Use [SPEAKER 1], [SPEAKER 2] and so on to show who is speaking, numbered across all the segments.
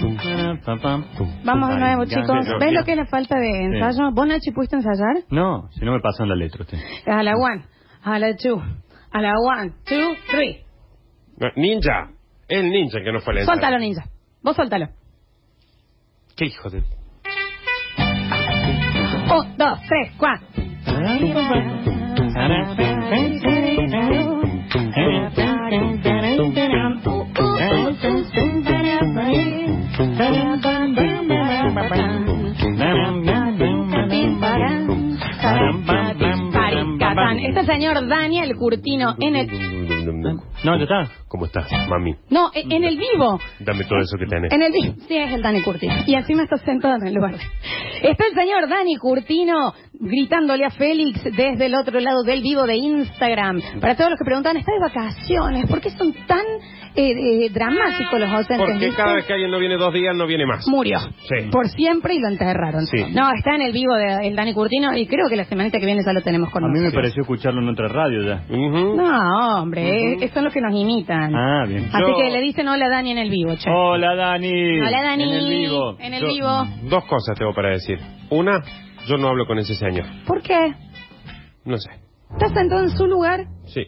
[SPEAKER 1] Vamos
[SPEAKER 2] Vamos
[SPEAKER 1] de nuevo, chicos.
[SPEAKER 2] yo
[SPEAKER 1] ¿Ves
[SPEAKER 2] quiero-
[SPEAKER 1] lo que es la falta de ensayo? ¿Vos, Nachi, pudiste ensayar?
[SPEAKER 2] No, si no me pasan la letra usted.
[SPEAKER 1] A la one, a la two, a la one, two, three.
[SPEAKER 3] No, ninja. El ninja que no fue el
[SPEAKER 1] Suéltalo, ninja. Vos suéltalo.
[SPEAKER 3] Qué hijo de...
[SPEAKER 1] Un, dos, tres, cuatro. Paricatán. Este señor Daniel Curtino en el...
[SPEAKER 2] No, ya está.
[SPEAKER 3] ¿Cómo estás, mami?
[SPEAKER 1] No, en el vivo.
[SPEAKER 3] Dame todo eso que tenés.
[SPEAKER 1] En el sí es el Dani Curtino. Y encima está sentado en el lugar. Está el señor Dani Curtino gritándole a Félix desde el otro lado del vivo de Instagram. Para todos los que preguntan, ¿está de vacaciones? ¿Por qué son tan eh, eh, dramáticos los ausentes?
[SPEAKER 3] Porque
[SPEAKER 1] ¿Viste?
[SPEAKER 3] cada vez que alguien no viene dos días, no viene más.
[SPEAKER 1] Murió.
[SPEAKER 3] Sí.
[SPEAKER 1] Por siempre y lo enterraron.
[SPEAKER 3] Sí.
[SPEAKER 1] No, está en el vivo de el Dani Curtino y creo que la semanita que viene ya lo tenemos con
[SPEAKER 2] A mí me
[SPEAKER 1] nosotros.
[SPEAKER 2] pareció escucharlo en otra radio ya.
[SPEAKER 3] Ujú.
[SPEAKER 1] No, hombre, eh, son los que nos imitan.
[SPEAKER 2] Ah, bien.
[SPEAKER 1] Así
[SPEAKER 3] Yo-
[SPEAKER 1] que le dicen hola Dani en el vivo, che.
[SPEAKER 2] Hola, Dani.
[SPEAKER 1] Hola Dani.
[SPEAKER 2] En el vivo.
[SPEAKER 1] En el
[SPEAKER 2] Yo-
[SPEAKER 1] vivo.
[SPEAKER 3] Dos cosas tengo para decir. Una, yo no hablo con ese señor.
[SPEAKER 1] ¿Por qué?
[SPEAKER 3] No sé.
[SPEAKER 1] Estás sentado en su lugar,
[SPEAKER 3] Sí.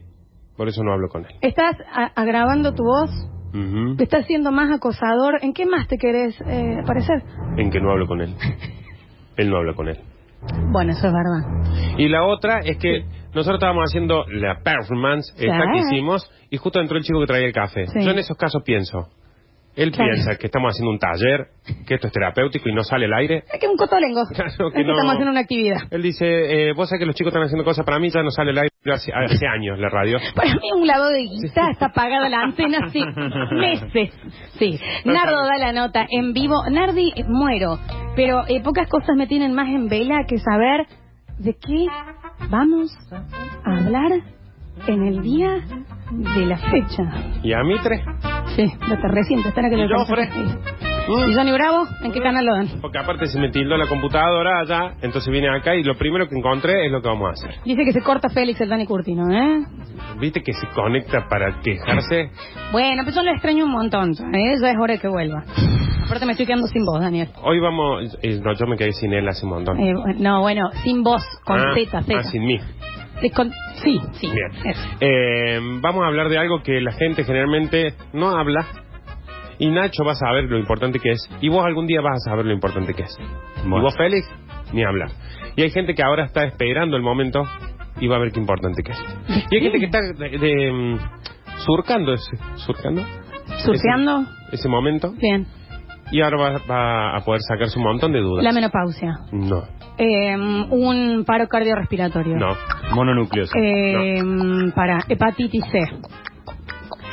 [SPEAKER 3] Por eso no hablo con él.
[SPEAKER 1] estás a- agravando tu voz,
[SPEAKER 3] Ujú.
[SPEAKER 1] estás siendo más acosador. ¿En qué más te querés eh, parecer?
[SPEAKER 3] En que no hablo con él. Él no habla con él.
[SPEAKER 1] Bueno, eso es verdad.
[SPEAKER 3] Y la otra es que nosotros estábamos haciendo la performance
[SPEAKER 1] Sí.
[SPEAKER 3] esta que hicimos y justo entró el chico que traía el café.
[SPEAKER 1] Sí.
[SPEAKER 3] Yo en esos casos pienso. Él
[SPEAKER 1] Claro.
[SPEAKER 3] piensa que estamos haciendo un taller, que esto es terapéutico y no sale al aire.
[SPEAKER 1] Es que es un cotolengo.
[SPEAKER 3] Claro que
[SPEAKER 1] Es que
[SPEAKER 3] no.
[SPEAKER 1] estamos haciendo una actividad.
[SPEAKER 3] Él dice, eh, vos sabés que los chicos están haciendo cosas para mí, ya no sale al aire hace, hace años la radio.
[SPEAKER 1] Para mí un lavado de guita está apagada la antena hace meses. Sí. Nardo da la nota en vivo. Nardi, eh, muero. Pero eh, pocas cosas me tienen más en vela que saber de qué vamos a hablar en el día de la fecha.
[SPEAKER 3] Y a mí tres.
[SPEAKER 1] Sí, lo te reciente. Están aquellos
[SPEAKER 3] ¿Y yo, ¿Mm?
[SPEAKER 1] mensajes. Sí. ¿Y Johnny Bravo? ¿En qué canal lo dan?
[SPEAKER 3] Porque aparte se me tildó la computadora allá, entonces vine acá y lo primero que encontré es lo que vamos a hacer.
[SPEAKER 1] Dice que se corta Félix el Dani Curtino, ¿eh?
[SPEAKER 3] ¿Viste que se conecta para quejarse?
[SPEAKER 1] Bueno, pues yo lo extraño un montón, ¿eh? Ya es hora de que vuelva. Aparte me estoy quedando sin voz, Daniel.
[SPEAKER 3] Hoy vamos... eh, no, yo me quedé sin él hace un montón.
[SPEAKER 1] Eh, no, bueno, sin voz, con
[SPEAKER 3] Ah,
[SPEAKER 1] Z, Z.
[SPEAKER 3] ah, sin mí.
[SPEAKER 1] Sí, con- sí, sí.
[SPEAKER 3] Bien.
[SPEAKER 1] eso.
[SPEAKER 3] Eh, vamos a hablar de algo que la gente generalmente no habla. Y Nacho va a saber lo importante que es. Y vos algún día vas a saber lo importante que es.
[SPEAKER 2] Bueno.
[SPEAKER 3] Y vos, Félix, ni hablar. Y hay gente que ahora está esperando el momento y va a ver qué importante que es. Y hay gente que está de- de, mm, surcando ese, surcando
[SPEAKER 1] Surfeando,
[SPEAKER 3] ese momento
[SPEAKER 1] bien.
[SPEAKER 3] y ahora va, va a poder sacarse un montón de dudas.
[SPEAKER 1] La menopausia.
[SPEAKER 3] No,
[SPEAKER 1] Eh, un paro cardiorrespiratorio.
[SPEAKER 3] no.
[SPEAKER 2] Mononucleosis.
[SPEAKER 1] Eh, Para, hepatitis C.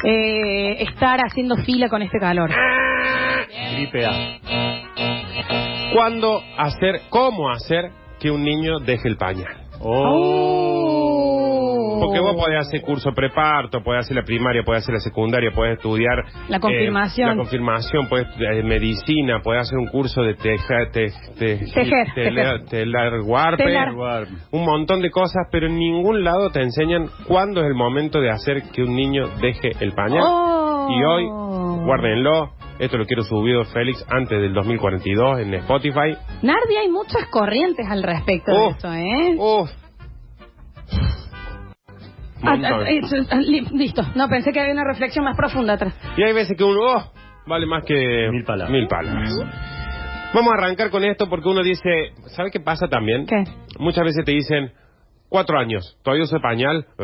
[SPEAKER 1] Eh, estar haciendo fila con este calor. Eh.
[SPEAKER 2] Gripe A.
[SPEAKER 3] ¿Cuándo hacer, cómo hacer que un niño deje el pañal?
[SPEAKER 2] Oh.
[SPEAKER 3] Porque vos podés hacer curso preparto, podés hacer la primaria, podés hacer la secundaria, podés estudiar...
[SPEAKER 1] La confirmación.
[SPEAKER 3] eh, la confirmación, podés eh, medicina, podés hacer un curso de teja, te, te-
[SPEAKER 1] Tejer,
[SPEAKER 3] tela-
[SPEAKER 1] tejer.
[SPEAKER 3] telar, guarpe,
[SPEAKER 1] Telar.
[SPEAKER 3] un montón de cosas, pero en ningún lado te enseñan cuándo es el momento de hacer que un niño deje el pañal.
[SPEAKER 1] Oh.
[SPEAKER 3] Y hoy, guárdenlo, esto lo quiero subido, Félix, antes del 2042 en Spotify.
[SPEAKER 1] Nardi, hay muchas corrientes al respecto de
[SPEAKER 3] Oh.
[SPEAKER 1] esto, ¿eh?
[SPEAKER 3] Uf.
[SPEAKER 1] Ah,
[SPEAKER 3] Montón.
[SPEAKER 1] ah, eh, ah, li- listo. No, pensé que había una reflexión más profunda atrás.
[SPEAKER 3] Y hay veces que uno oh, vale más que
[SPEAKER 2] Mil palabras.
[SPEAKER 3] mil palabras. Vamos a arrancar con esto porque uno dice, ¿sabe qué pasa también?
[SPEAKER 1] ¿Qué?
[SPEAKER 3] Muchas veces te dicen, cuatro años, todavía usa pañal, eh,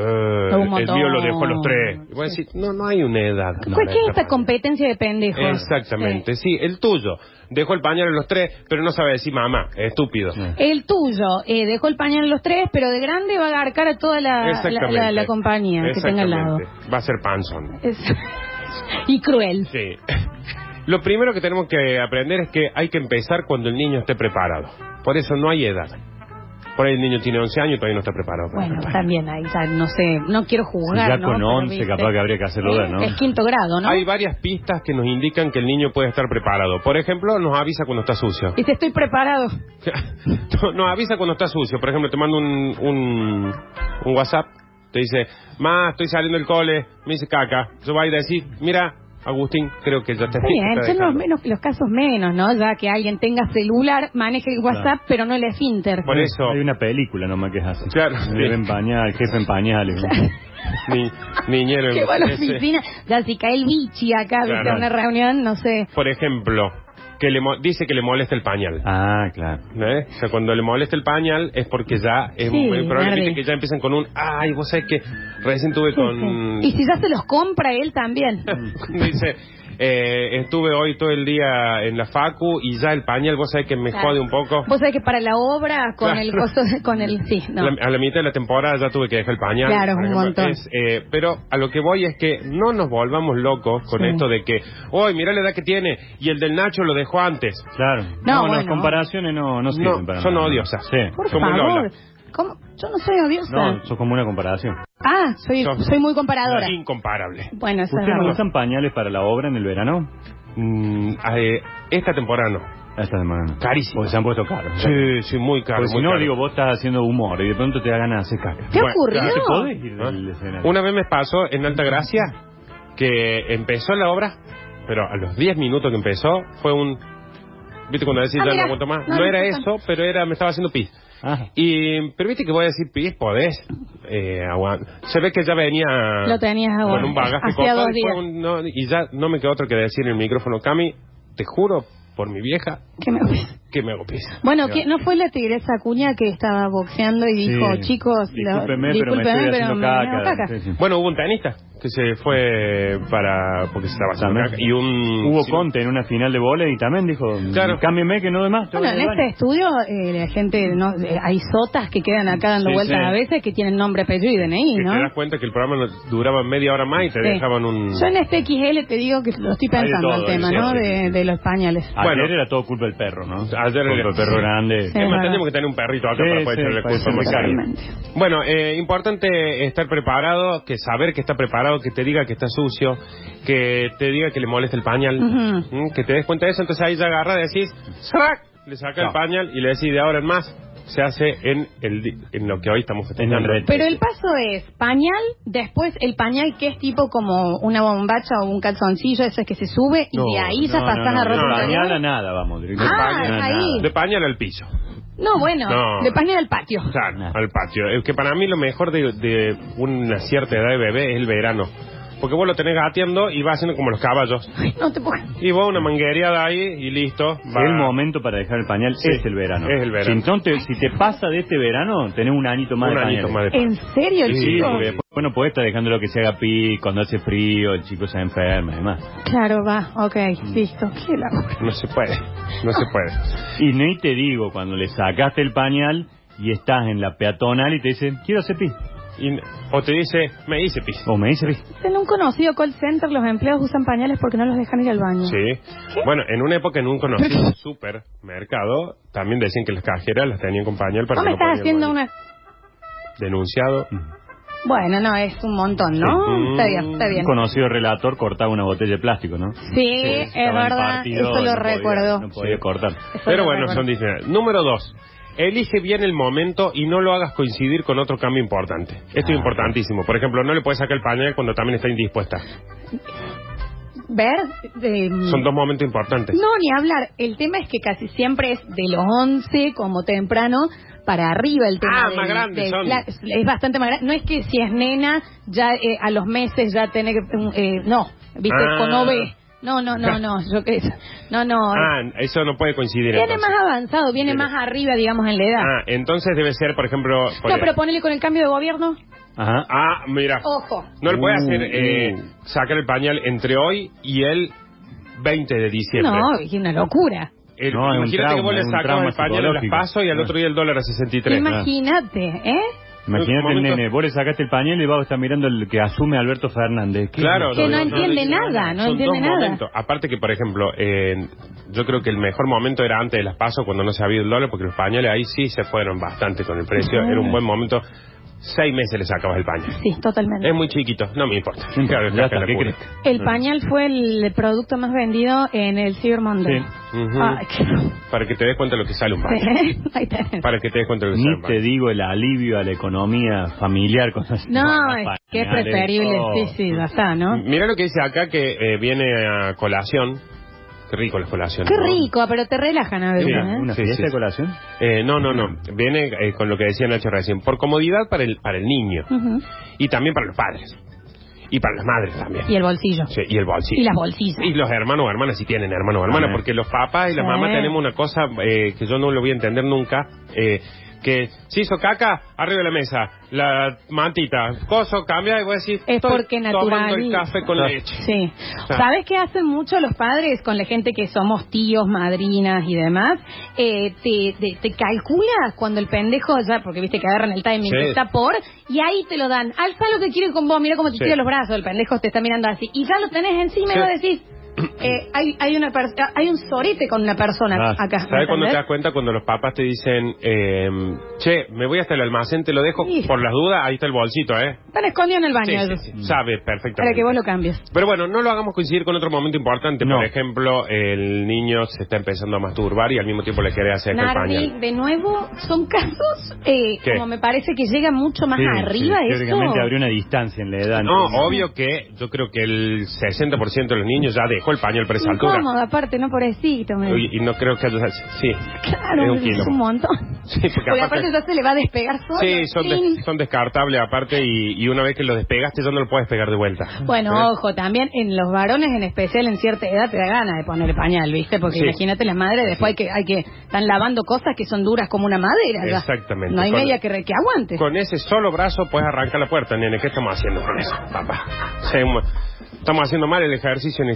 [SPEAKER 1] Un
[SPEAKER 3] el
[SPEAKER 1] montón.
[SPEAKER 3] mío lo dejó a los tres. Y vos
[SPEAKER 1] Sí.
[SPEAKER 3] decís, no, no hay una edad.
[SPEAKER 1] ¿Cuál- ¿Qué es esta
[SPEAKER 3] competencia?
[SPEAKER 1] competencia de pendejos?
[SPEAKER 3] Exactamente, sí. el tuyo. Dejó el pañal a los tres, pero no sabe decir mamá, estúpido.
[SPEAKER 2] Sí.
[SPEAKER 1] El tuyo eh, dejó el pañal en los tres, pero de grande va a agarcar a toda la, la,
[SPEAKER 3] Exactamente.
[SPEAKER 1] la- la compañía que tenga al lado.
[SPEAKER 3] Exactamente. Va a ser Panson.
[SPEAKER 1] Es- y cruel.
[SPEAKER 3] Sí. Lo primero que tenemos que aprender es que hay que empezar cuando el niño esté preparado. Por eso no hay edad. Por ahí el niño tiene 11 años y todavía no está preparado. para
[SPEAKER 1] Bueno,
[SPEAKER 3] el pañal.
[SPEAKER 1] también ahí ya no sé, no quiero jugar.
[SPEAKER 2] Ya
[SPEAKER 1] ¿no?
[SPEAKER 2] con
[SPEAKER 1] Pero,
[SPEAKER 2] 11
[SPEAKER 1] viste,
[SPEAKER 2] capaz que habría que hacerlo
[SPEAKER 1] eh,
[SPEAKER 2] dar, ¿no?
[SPEAKER 1] Es quinto grado, ¿no?
[SPEAKER 3] Hay varias pistas que nos indican que el niño puede estar preparado. Por ejemplo, nos avisa cuando está sucio.
[SPEAKER 1] Dice, estoy preparado.
[SPEAKER 3] No, nos avisa cuando está sucio. Por ejemplo, te mando un, un, un WhatsApp, te dice, ma, estoy saliendo del cole, me dice caca. Yo voy a ir a decir, mira, Agustín, creo que ya te
[SPEAKER 1] Está bien,
[SPEAKER 3] está
[SPEAKER 1] son los,
[SPEAKER 3] dejando.
[SPEAKER 1] menos, los casos menos, ¿no? Ya que alguien tenga celular, maneje el WhatsApp,
[SPEAKER 2] Claro.
[SPEAKER 1] pero no el esfínter.
[SPEAKER 3] Por eso.
[SPEAKER 2] Hay una película nomás que es así.
[SPEAKER 3] Claro.
[SPEAKER 2] Bebé en pañal, jefe en pañales.
[SPEAKER 3] Ni, niñero.
[SPEAKER 1] Qué buena
[SPEAKER 3] ese.
[SPEAKER 1] oficina. Ya si cae el bichi acá,
[SPEAKER 3] Claro.
[SPEAKER 1] viste, a una reunión, no sé.
[SPEAKER 3] Por ejemplo, que le mo- dice que le molesta el pañal.
[SPEAKER 2] Ah, claro.
[SPEAKER 3] ¿Eh? O sea, cuando le molesta el pañal es porque ya es
[SPEAKER 1] Sí,
[SPEAKER 3] muy probable
[SPEAKER 1] Nardi.
[SPEAKER 3] viste, que ya empiezan con un, ay, vos sabés que recién tuve
[SPEAKER 1] Sí,
[SPEAKER 3] con...
[SPEAKER 1] sí. Y si ya se los compra él también.
[SPEAKER 3] dice, eh, estuve hoy todo el día en la facu y ya el pañal, vos sabés que me
[SPEAKER 1] Claro.
[SPEAKER 3] jode un poco.
[SPEAKER 1] Vos sabés que para la obra, con
[SPEAKER 3] Claro.
[SPEAKER 1] el coso, con el... Sí, no.
[SPEAKER 3] La- a la mitad de la temporada ya tuve que dejar el pañal.
[SPEAKER 1] Claro,
[SPEAKER 3] por
[SPEAKER 1] un
[SPEAKER 3] ejemplo.
[SPEAKER 1] montón.
[SPEAKER 3] Es, eh, pero a lo que voy es que no nos volvamos locos con
[SPEAKER 1] Sí.
[SPEAKER 3] esto de que, hoy mira la edad que tiene y el del Nacho lo dejó antes.
[SPEAKER 2] Claro. No,
[SPEAKER 1] No,
[SPEAKER 2] las
[SPEAKER 1] bueno.
[SPEAKER 2] comparaciones no, no sirven
[SPEAKER 3] No,
[SPEAKER 2] para
[SPEAKER 3] son
[SPEAKER 2] nada.
[SPEAKER 3] odiosas.
[SPEAKER 2] Sí.
[SPEAKER 1] Por
[SPEAKER 3] Como Lola.
[SPEAKER 1] favor. ¿Cómo? Yo no soy odiosa.
[SPEAKER 2] No, son como una comparación.
[SPEAKER 1] Ah, soy,
[SPEAKER 3] Son-
[SPEAKER 1] soy muy comparadora.
[SPEAKER 3] Incomparable.
[SPEAKER 1] Bueno, eso es
[SPEAKER 2] ¿Ustedes no
[SPEAKER 1] verdad.
[SPEAKER 2] usan pañales para la obra en el verano?
[SPEAKER 3] Mm, eh, esta temporada no.
[SPEAKER 2] Esta semana no.
[SPEAKER 3] Carísimo.
[SPEAKER 2] Porque se han puesto caros.
[SPEAKER 3] Sí, sí, muy caro.
[SPEAKER 2] Porque si
[SPEAKER 3] muy
[SPEAKER 2] no,
[SPEAKER 3] caro.
[SPEAKER 2] digo, vos estás haciendo humor y de pronto te da ganas de hacer caca.
[SPEAKER 1] ¿Qué
[SPEAKER 3] Bueno,
[SPEAKER 1] ocurrió?
[SPEAKER 3] claro,
[SPEAKER 2] ¿Te podés ir
[SPEAKER 3] ¿Ah?
[SPEAKER 2] del escenario?
[SPEAKER 3] Una vez me pasó en Alta Gracia que empezó la obra, pero a los 10 minutos que empezó fue un... ¿Viste cuando decís
[SPEAKER 1] Ah,
[SPEAKER 3] ya no
[SPEAKER 1] mira.
[SPEAKER 3] aguanto más?
[SPEAKER 1] No,
[SPEAKER 3] No,
[SPEAKER 1] no
[SPEAKER 3] era
[SPEAKER 1] importa.
[SPEAKER 3] eso, pero era me estaba haciendo pis.
[SPEAKER 2] Ah,
[SPEAKER 3] Y, pero viste que voy a decir pis, podés. Eh, aguan- Se ve que ya venía
[SPEAKER 1] Lo tenías ahora.
[SPEAKER 3] con un bagaje
[SPEAKER 1] Hacía
[SPEAKER 3] corto
[SPEAKER 1] dos
[SPEAKER 3] y, fue
[SPEAKER 1] días.
[SPEAKER 3] un- no, y ya no me quedó otro que decir en el micrófono, Cami, te juro por mi vieja
[SPEAKER 1] Que me-
[SPEAKER 3] que me hago pis.
[SPEAKER 1] Bueno, ¿qué- ¿no fue la tigresa Acuña que estaba boxeando y dijo,
[SPEAKER 2] Sí.
[SPEAKER 1] chicos, lo-
[SPEAKER 2] Discúlpeme, pero me estoy haciendo caca. Sí, sí.
[SPEAKER 3] Bueno, hubo un tenista que se fue para... porque se estaba haciendo
[SPEAKER 2] También.
[SPEAKER 3] caca, y un...
[SPEAKER 2] Hubo
[SPEAKER 3] sí,
[SPEAKER 2] Conte en una final de volei y también dijo,
[SPEAKER 3] Claro.
[SPEAKER 2] cámbiame que no demás.
[SPEAKER 1] Bueno, en este estudio eh, la gente, no, eh, hay sotas que quedan acá dando
[SPEAKER 2] Sí,
[SPEAKER 1] vueltas
[SPEAKER 2] sí.
[SPEAKER 1] a veces que tienen nombre, apellido y DNI,
[SPEAKER 3] que
[SPEAKER 1] ¿no?
[SPEAKER 3] te das cuenta que el programa no- duraba media hora más y te
[SPEAKER 1] Sí.
[SPEAKER 3] dejaban un...
[SPEAKER 1] Yo en este XL te digo que lo estoy
[SPEAKER 2] Hay de
[SPEAKER 1] pensando
[SPEAKER 2] todo,
[SPEAKER 1] el tema,
[SPEAKER 2] sí, sí,
[SPEAKER 1] ¿no?
[SPEAKER 2] Ah,
[SPEAKER 1] De, de los pañales.
[SPEAKER 2] Ayer
[SPEAKER 3] Bueno.
[SPEAKER 2] era todo culpa del perro, ¿no?
[SPEAKER 3] Ayer
[SPEAKER 2] culpa
[SPEAKER 3] era-
[SPEAKER 2] del perro grande.
[SPEAKER 1] Sí.
[SPEAKER 3] Es más,
[SPEAKER 1] verdad.
[SPEAKER 3] tenemos que tener un perrito acá
[SPEAKER 2] Sí,
[SPEAKER 3] para poder
[SPEAKER 2] sí,
[SPEAKER 3] echarle
[SPEAKER 2] para
[SPEAKER 3] culpa
[SPEAKER 2] echarle
[SPEAKER 3] más tarde.
[SPEAKER 1] Totalmente.
[SPEAKER 3] Bueno, eh, importante estar preparado, que saber que está preparado, que te diga que está sucio, que te diga que le molesta el pañal,
[SPEAKER 1] Ujú.
[SPEAKER 3] ¿Mm? que te des cuenta de eso, entonces ahí ya agarra, decís, ¡Sac! le saca
[SPEAKER 2] No.
[SPEAKER 3] el pañal y le decís de ahora en más, se hace en el di- en lo que hoy estamos festejando.
[SPEAKER 2] red.
[SPEAKER 1] Pero el paso es pañal, después el pañal que es tipo como una bombacha o un calzoncillo, ese que se sube y
[SPEAKER 2] No,
[SPEAKER 1] de ahí ya
[SPEAKER 2] no,
[SPEAKER 1] pasás
[SPEAKER 2] no,
[SPEAKER 1] a ropa
[SPEAKER 2] no,
[SPEAKER 1] interior.
[SPEAKER 2] pañal a nada, vamos. directo.
[SPEAKER 1] Ah,
[SPEAKER 2] Pañal a
[SPEAKER 1] ahí.
[SPEAKER 2] nada.
[SPEAKER 3] De pañal al piso,
[SPEAKER 1] No, bueno,
[SPEAKER 3] No.
[SPEAKER 1] de pañal al patio.
[SPEAKER 3] claro,
[SPEAKER 2] No.
[SPEAKER 3] al patio. Es que para mí lo mejor de, de una cierta edad de bebé es el verano, porque vos lo tenés gateando y va haciendo como los caballos.
[SPEAKER 1] Ay, No te puedo...
[SPEAKER 3] Y vos una manguereada ahí y listo. va.
[SPEAKER 2] El momento para dejar el pañal
[SPEAKER 3] Sí,
[SPEAKER 2] es el verano.
[SPEAKER 3] es el verano.
[SPEAKER 2] Si, no te, si te pasa de este verano, tenés un anito más
[SPEAKER 3] Un
[SPEAKER 2] de
[SPEAKER 3] anito
[SPEAKER 2] pañales.
[SPEAKER 3] más de
[SPEAKER 1] ¿En serio, el
[SPEAKER 3] Sí,
[SPEAKER 2] Sí,
[SPEAKER 1] chico?
[SPEAKER 2] porque después bueno, podés estar dejando lo que se haga pi, cuando hace frío, el chico se enferma y demás.
[SPEAKER 1] Claro, va, ok,
[SPEAKER 3] Mm.
[SPEAKER 1] listo. Qué laburo.
[SPEAKER 3] No se puede, no se puede.
[SPEAKER 2] Y ni te digo, cuando le sacaste el pañal y estás en la peatonal y te dicen, quiero hacer pi.
[SPEAKER 3] Y- o te dice, me hice pis.
[SPEAKER 2] O me dice pi.
[SPEAKER 1] En un conocido call center los empleados usan pañales porque no los dejan ir al baño.
[SPEAKER 3] Sí. Bueno, en una época en un conocido supermercado también decían que las cajeras las tenían con pañal
[SPEAKER 1] ¿No
[SPEAKER 3] para que
[SPEAKER 1] me
[SPEAKER 3] no
[SPEAKER 1] estás
[SPEAKER 3] podían
[SPEAKER 1] haciendo
[SPEAKER 3] bañar.
[SPEAKER 1] una...?
[SPEAKER 3] Denunciado.
[SPEAKER 1] Bueno, no, es un montón, ¿no?
[SPEAKER 3] Sí.
[SPEAKER 1] Está bien, está bien.
[SPEAKER 2] Un conocido relator cortaba una botella de plástico, ¿no?
[SPEAKER 1] Sí, es verdad, eso lo recuerdo.
[SPEAKER 2] no podía cortar.
[SPEAKER 1] Eso
[SPEAKER 3] Pero
[SPEAKER 1] lo
[SPEAKER 3] bueno,
[SPEAKER 1] recuerdo.
[SPEAKER 3] son diferentes. Número dos. Elige bien el momento y no lo hagas coincidir con otro cambio importante. Esto es
[SPEAKER 2] Ah.
[SPEAKER 3] importantísimo. Por ejemplo, no le puedes sacar el pañal cuando también está indispuesta.
[SPEAKER 1] Ver... eh,
[SPEAKER 3] Son dos momentos importantes.
[SPEAKER 1] No, ni hablar. El tema es que casi siempre es de los 11 como temprano para arriba el tema.
[SPEAKER 3] Ah,
[SPEAKER 1] del-
[SPEAKER 3] más grandes
[SPEAKER 1] del-
[SPEAKER 3] son.
[SPEAKER 1] la- es bastante más grande. No es que si es nena, ya eh, a los meses ya tiene que... mm, eh, no, viste,
[SPEAKER 3] Ah.
[SPEAKER 1] con OB. No, no, no, no, yo que No, no.
[SPEAKER 3] Ah, eso no puede coincidir.
[SPEAKER 1] viene
[SPEAKER 3] entonces.
[SPEAKER 1] más avanzado, viene
[SPEAKER 3] Viene.
[SPEAKER 1] más arriba, digamos, en la edad.
[SPEAKER 3] Ah, entonces debe ser, por ejemplo.
[SPEAKER 1] no,
[SPEAKER 3] porque-
[SPEAKER 1] pero Oh. ponele con el cambio de gobierno.
[SPEAKER 2] Ajá.
[SPEAKER 3] Ah, mira.
[SPEAKER 1] Ojo.
[SPEAKER 3] No le puede hacer
[SPEAKER 2] Uh,
[SPEAKER 3] eh, sacar el pañal entre hoy y el 20 de diciembre.
[SPEAKER 1] No, es una locura.
[SPEAKER 3] El-
[SPEAKER 2] No, es un
[SPEAKER 3] imagínate que
[SPEAKER 2] trauma,
[SPEAKER 3] vos le
[SPEAKER 2] es un
[SPEAKER 3] sacabas
[SPEAKER 2] trauma
[SPEAKER 3] el pañal a las
[SPEAKER 2] psicológico.
[SPEAKER 3] paso y al otro día el dólar a 63.
[SPEAKER 1] Imagínate, ¿eh?
[SPEAKER 2] Imagínate el
[SPEAKER 3] Momento.
[SPEAKER 2] nene, vos le sacaste el pañal y va está mirando el que asume Alberto Fernández. ¿Qué-
[SPEAKER 3] Claro,
[SPEAKER 1] Que no entiende
[SPEAKER 3] dice
[SPEAKER 1] nada, no
[SPEAKER 3] Son
[SPEAKER 1] entiende
[SPEAKER 3] dos
[SPEAKER 1] nada.
[SPEAKER 3] momentos. Aparte que, por ejemplo, eh, yo creo que el mejor momento era antes de las pasos, cuando no se había el dólar, porque los pañales ahí sí se fueron bastante con el precio.
[SPEAKER 1] Ujú.
[SPEAKER 3] Era un buen momento seis meses le sacabas el paño.
[SPEAKER 1] Sí, totalmente.
[SPEAKER 3] Es muy chiquito, no me importa. Claro,
[SPEAKER 2] Ya está,
[SPEAKER 3] la
[SPEAKER 2] ¿qué
[SPEAKER 3] cuna.
[SPEAKER 2] crees?
[SPEAKER 1] El pañal fue el producto más vendido en el Cyber Monday.
[SPEAKER 2] Sí.
[SPEAKER 3] Ujú.
[SPEAKER 1] Ay, qué-
[SPEAKER 3] Para que te des cuenta de lo que sale un paño.
[SPEAKER 1] Sí, ahí tenés.
[SPEAKER 3] Para que te des cuenta de lo que sale
[SPEAKER 2] Ni
[SPEAKER 3] un
[SPEAKER 2] te
[SPEAKER 3] paño.
[SPEAKER 2] digo el alivio a la economía familiar con las
[SPEAKER 1] No,
[SPEAKER 2] las
[SPEAKER 1] es
[SPEAKER 2] pañales.
[SPEAKER 1] que es preferible.
[SPEAKER 2] Oh.
[SPEAKER 1] Sí, sí, ya está, ¿no?
[SPEAKER 3] Mira lo que dice acá que eh, viene a colación. Qué rico las colaciones.
[SPEAKER 1] Qué
[SPEAKER 3] ¿no?
[SPEAKER 1] rico, pero te relajan a veces,
[SPEAKER 3] Sí,
[SPEAKER 2] ¿Una,
[SPEAKER 1] ¿eh?
[SPEAKER 2] una
[SPEAKER 3] Sí,
[SPEAKER 2] fiesta
[SPEAKER 3] sí,
[SPEAKER 2] de
[SPEAKER 3] sí.
[SPEAKER 2] colación?
[SPEAKER 3] Eh, no, no, no. Viene eh, con lo que decía Nacho recién. Por comodidad para el, para el niño.
[SPEAKER 1] ¿eh? Ujú.
[SPEAKER 3] Y también para los padres. Y para las madres también.
[SPEAKER 1] Y el bolsillo.
[SPEAKER 3] Sí, y el bolsillo.
[SPEAKER 1] Y las bolsillas.
[SPEAKER 3] Y los hermanos o hermanas, si tienen hermanos o hermanas,
[SPEAKER 2] Ajá.
[SPEAKER 3] porque los papás y las
[SPEAKER 1] Sí.
[SPEAKER 3] mamás tenemos una cosa eh, que yo no lo voy a entender nunca, eh, que si hizo caca, arriba de la mesa, la mantita, coso, cambia y voy a decir,
[SPEAKER 1] Es porque
[SPEAKER 3] tomando
[SPEAKER 1] naturaliza.
[SPEAKER 3] el café con
[SPEAKER 2] Claro.
[SPEAKER 3] leche.
[SPEAKER 1] Sí.
[SPEAKER 3] Claro.
[SPEAKER 1] ¿Sabes qué hacen mucho los padres con la gente que somos tíos, madrinas y demás? Eh, te, te, te calculas cuando el pendejo ya, porque viste que agarran el timing,
[SPEAKER 3] Sí.
[SPEAKER 1] que está por, y ahí te lo dan. Alza lo que quieren con vos, mira cómo te
[SPEAKER 3] Sí.
[SPEAKER 1] tira los brazos, el pendejo te está mirando así. Y ya lo tenés encima
[SPEAKER 3] Sí.
[SPEAKER 1] y vos decís, eh, hay, hay, una pers- hay un sorete con una persona
[SPEAKER 2] Ah,
[SPEAKER 1] acá. ¿me
[SPEAKER 3] ¿Sabes cuando te das
[SPEAKER 1] entendés?
[SPEAKER 3] cuenta? Cuando los papás te dicen, eh, che, me voy hasta el almacén, te lo dejo
[SPEAKER 1] Sí.
[SPEAKER 3] por las dudas, ahí está el bolsito, ¿eh?
[SPEAKER 1] Están escondidos en el
[SPEAKER 3] Sí,
[SPEAKER 1] baño
[SPEAKER 3] sí,
[SPEAKER 1] ellos,
[SPEAKER 3] sí, sabe perfectamente.
[SPEAKER 1] para que vos lo cambies.
[SPEAKER 3] Pero bueno, no lo hagamos coincidir con otro momento importante.
[SPEAKER 2] No.
[SPEAKER 3] Por ejemplo, el niño se está empezando a masturbar y al mismo tiempo le quiere hacer el
[SPEAKER 1] Nardi,
[SPEAKER 3] pañal.
[SPEAKER 1] de nuevo, son casos eh,
[SPEAKER 3] ¿Qué?
[SPEAKER 1] como me parece que llega mucho más
[SPEAKER 2] Sí,
[SPEAKER 1] arriba
[SPEAKER 2] sí,
[SPEAKER 1] eso.
[SPEAKER 2] Teóricamente habría una distancia en la edad.
[SPEAKER 3] No,
[SPEAKER 2] entonces.
[SPEAKER 3] obvio que yo creo que el 60% de los niños ya dejó el pañal presaltura.
[SPEAKER 1] Incómodo, aparte, no pobrecito. me-
[SPEAKER 3] Y, y no creo que haya... Sí, es
[SPEAKER 1] Claro, es
[SPEAKER 3] un
[SPEAKER 1] un,
[SPEAKER 3] quilombo.
[SPEAKER 1] montón.
[SPEAKER 3] Sí, porque
[SPEAKER 1] Porque
[SPEAKER 3] aparte-
[SPEAKER 1] aparte ya se le va a despegar solo.
[SPEAKER 3] Sí, son, de-
[SPEAKER 1] chin.
[SPEAKER 3] son descartables aparte y, y una vez que los despegaste ya no lo puedes pegar de vuelta.
[SPEAKER 1] Bueno,
[SPEAKER 3] ¿Eh?
[SPEAKER 1] ojo, también en los varones en especial en cierta edad te da ganas de poner pañal, ¿viste? Porque
[SPEAKER 3] Sí.
[SPEAKER 1] imagínate las madres, después hay que, hay que están lavando cosas que son duras como una madera. ya.
[SPEAKER 3] Exactamente.
[SPEAKER 1] No hay
[SPEAKER 3] Con-
[SPEAKER 1] media que, re- que aguante.
[SPEAKER 3] Con ese solo brazo puedes arrancar la puerta, nene. ¿Qué estamos haciendo con eso, papá? Seguimos- Estamos haciendo mal el ejercicio en el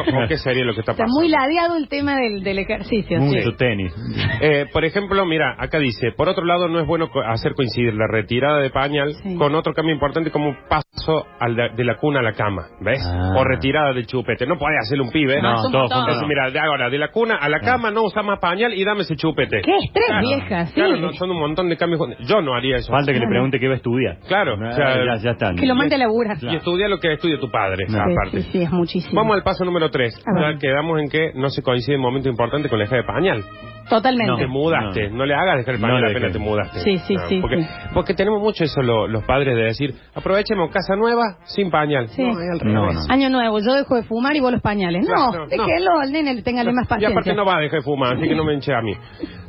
[SPEAKER 3] o qué sería lo que está
[SPEAKER 1] Está
[SPEAKER 3] pasando.
[SPEAKER 1] muy ladeado el tema del, del ejercicio. sí.
[SPEAKER 2] Mucho tenis.
[SPEAKER 3] Eh, por ejemplo, mira, acá dice, por otro lado no es bueno co- hacer coincidir la retirada de pañal
[SPEAKER 1] Sí.
[SPEAKER 3] con otro cambio importante como un paso al de, de la cuna a la cama, ¿ves?
[SPEAKER 2] Ah.
[SPEAKER 3] O retirada del chupete. No podés hacerle un pibe. ¿eh?
[SPEAKER 1] No, es
[SPEAKER 2] todos
[SPEAKER 1] un montón.
[SPEAKER 2] juntos
[SPEAKER 3] Entonces,
[SPEAKER 2] no.
[SPEAKER 3] mira, de ahora, de la cuna a la cama, no usa más pañal y dame ese chupete.
[SPEAKER 1] Qué estrés,
[SPEAKER 3] Claro,
[SPEAKER 1] vieja, sí.
[SPEAKER 3] Claro, no, son un montón de cambios. juntos. Yo no haría eso.
[SPEAKER 2] Falta que le pregunte qué va a estudiar.
[SPEAKER 3] Claro,
[SPEAKER 2] Ah,
[SPEAKER 3] o sea,
[SPEAKER 2] ya, ya están.
[SPEAKER 1] Que lo mande a laburar.
[SPEAKER 3] Y estudia lo que estudia tu padre,
[SPEAKER 2] No.
[SPEAKER 1] Sí,
[SPEAKER 3] aparte.
[SPEAKER 1] sí, sí, es muchísimo.
[SPEAKER 3] Vamos al paso número 3.
[SPEAKER 1] A ver.
[SPEAKER 3] Quedamos en que no se coincide un momento importante con la eje de pañal.
[SPEAKER 1] Totalmente.
[SPEAKER 3] Te mudaste, no, le hagas dejar el
[SPEAKER 2] No
[SPEAKER 3] pañal
[SPEAKER 2] le
[SPEAKER 3] apenas
[SPEAKER 2] dejes.
[SPEAKER 3] te mudaste. Ah,
[SPEAKER 1] Sí, sí, sí,
[SPEAKER 3] Porque,
[SPEAKER 1] sí.
[SPEAKER 3] porque tenemos mucho eso lo- los padres de decir, aprovechemos casa nueva sin pañal.
[SPEAKER 1] Sí.
[SPEAKER 3] No, es al
[SPEAKER 2] No,
[SPEAKER 3] revés.
[SPEAKER 2] no.
[SPEAKER 1] Año nuevo, yo dejo de fumar y vos los pañales. No,
[SPEAKER 3] Claro, no.
[SPEAKER 1] déjelo al nene, téngale más
[SPEAKER 3] Y
[SPEAKER 1] paciencia.
[SPEAKER 3] aparte no va a dejar de fumar, así que no me enche a mí.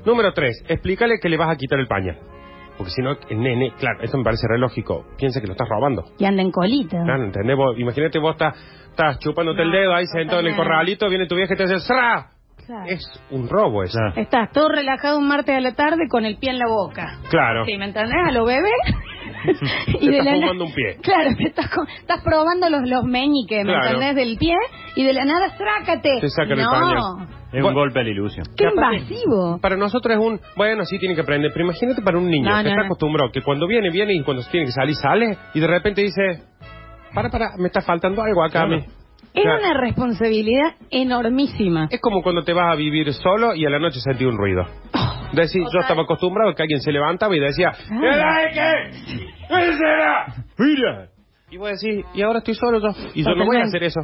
[SPEAKER 3] Número 3. Explícale que le vas a quitar el pañal. Porque si no, el nene, claro, esto me parece re lógico. Piensa que lo estás robando.
[SPEAKER 1] Y anda en colita.
[SPEAKER 3] Claro, ¿entendés? Vos- imagínate vos estás, estás chupándote el
[SPEAKER 1] Ah. No,
[SPEAKER 3] dedo ahí sentado en el
[SPEAKER 1] totalmente.
[SPEAKER 3] corralito, viene tu vieja y te dice ¡Sra!
[SPEAKER 1] Claro.
[SPEAKER 3] Es un robo eso.
[SPEAKER 2] Claro.
[SPEAKER 1] Estás todo relajado un martes a la tarde con el pie en la boca.
[SPEAKER 3] Claro.
[SPEAKER 1] Sí, ¿me entendés? A lo bebé.
[SPEAKER 3] Te estás
[SPEAKER 1] na-
[SPEAKER 3] fumando un pie.
[SPEAKER 1] Claro, te estás, co- estás probando los, los meñiques, ¿me
[SPEAKER 3] Claro.
[SPEAKER 1] entendés? Del pie y de la nada, trácate.
[SPEAKER 3] Te sacan el
[SPEAKER 1] no.
[SPEAKER 3] pañal.
[SPEAKER 2] Es un
[SPEAKER 3] Bueno.
[SPEAKER 2] golpe a la ilusión.
[SPEAKER 1] Qué
[SPEAKER 3] Y aparte-
[SPEAKER 1] invasivo.
[SPEAKER 3] Para nosotros es un, bueno, sí tiene que aprender, pero imagínate para un niño
[SPEAKER 1] No,
[SPEAKER 3] que
[SPEAKER 1] no,
[SPEAKER 3] está
[SPEAKER 1] no.
[SPEAKER 3] acostumbrado, que cuando viene, viene y cuando tiene que salir, sale, y de repente dice, para, para, me está faltando algo acá a mí.
[SPEAKER 1] Es
[SPEAKER 3] Claro.
[SPEAKER 1] una responsabilidad enormísima.
[SPEAKER 3] Es como cuando te vas a vivir solo y a la noche sentí un ruido. Decir, yo estaba acostumbrado que alguien se levantaba y decía,
[SPEAKER 1] Claro.
[SPEAKER 3] ¿qué era? ¿Qué? ¿Qué será?
[SPEAKER 2] ¡Mira!
[SPEAKER 3] Y vos decís, y ahora estoy solo yo, y yo no voy a hacer eso.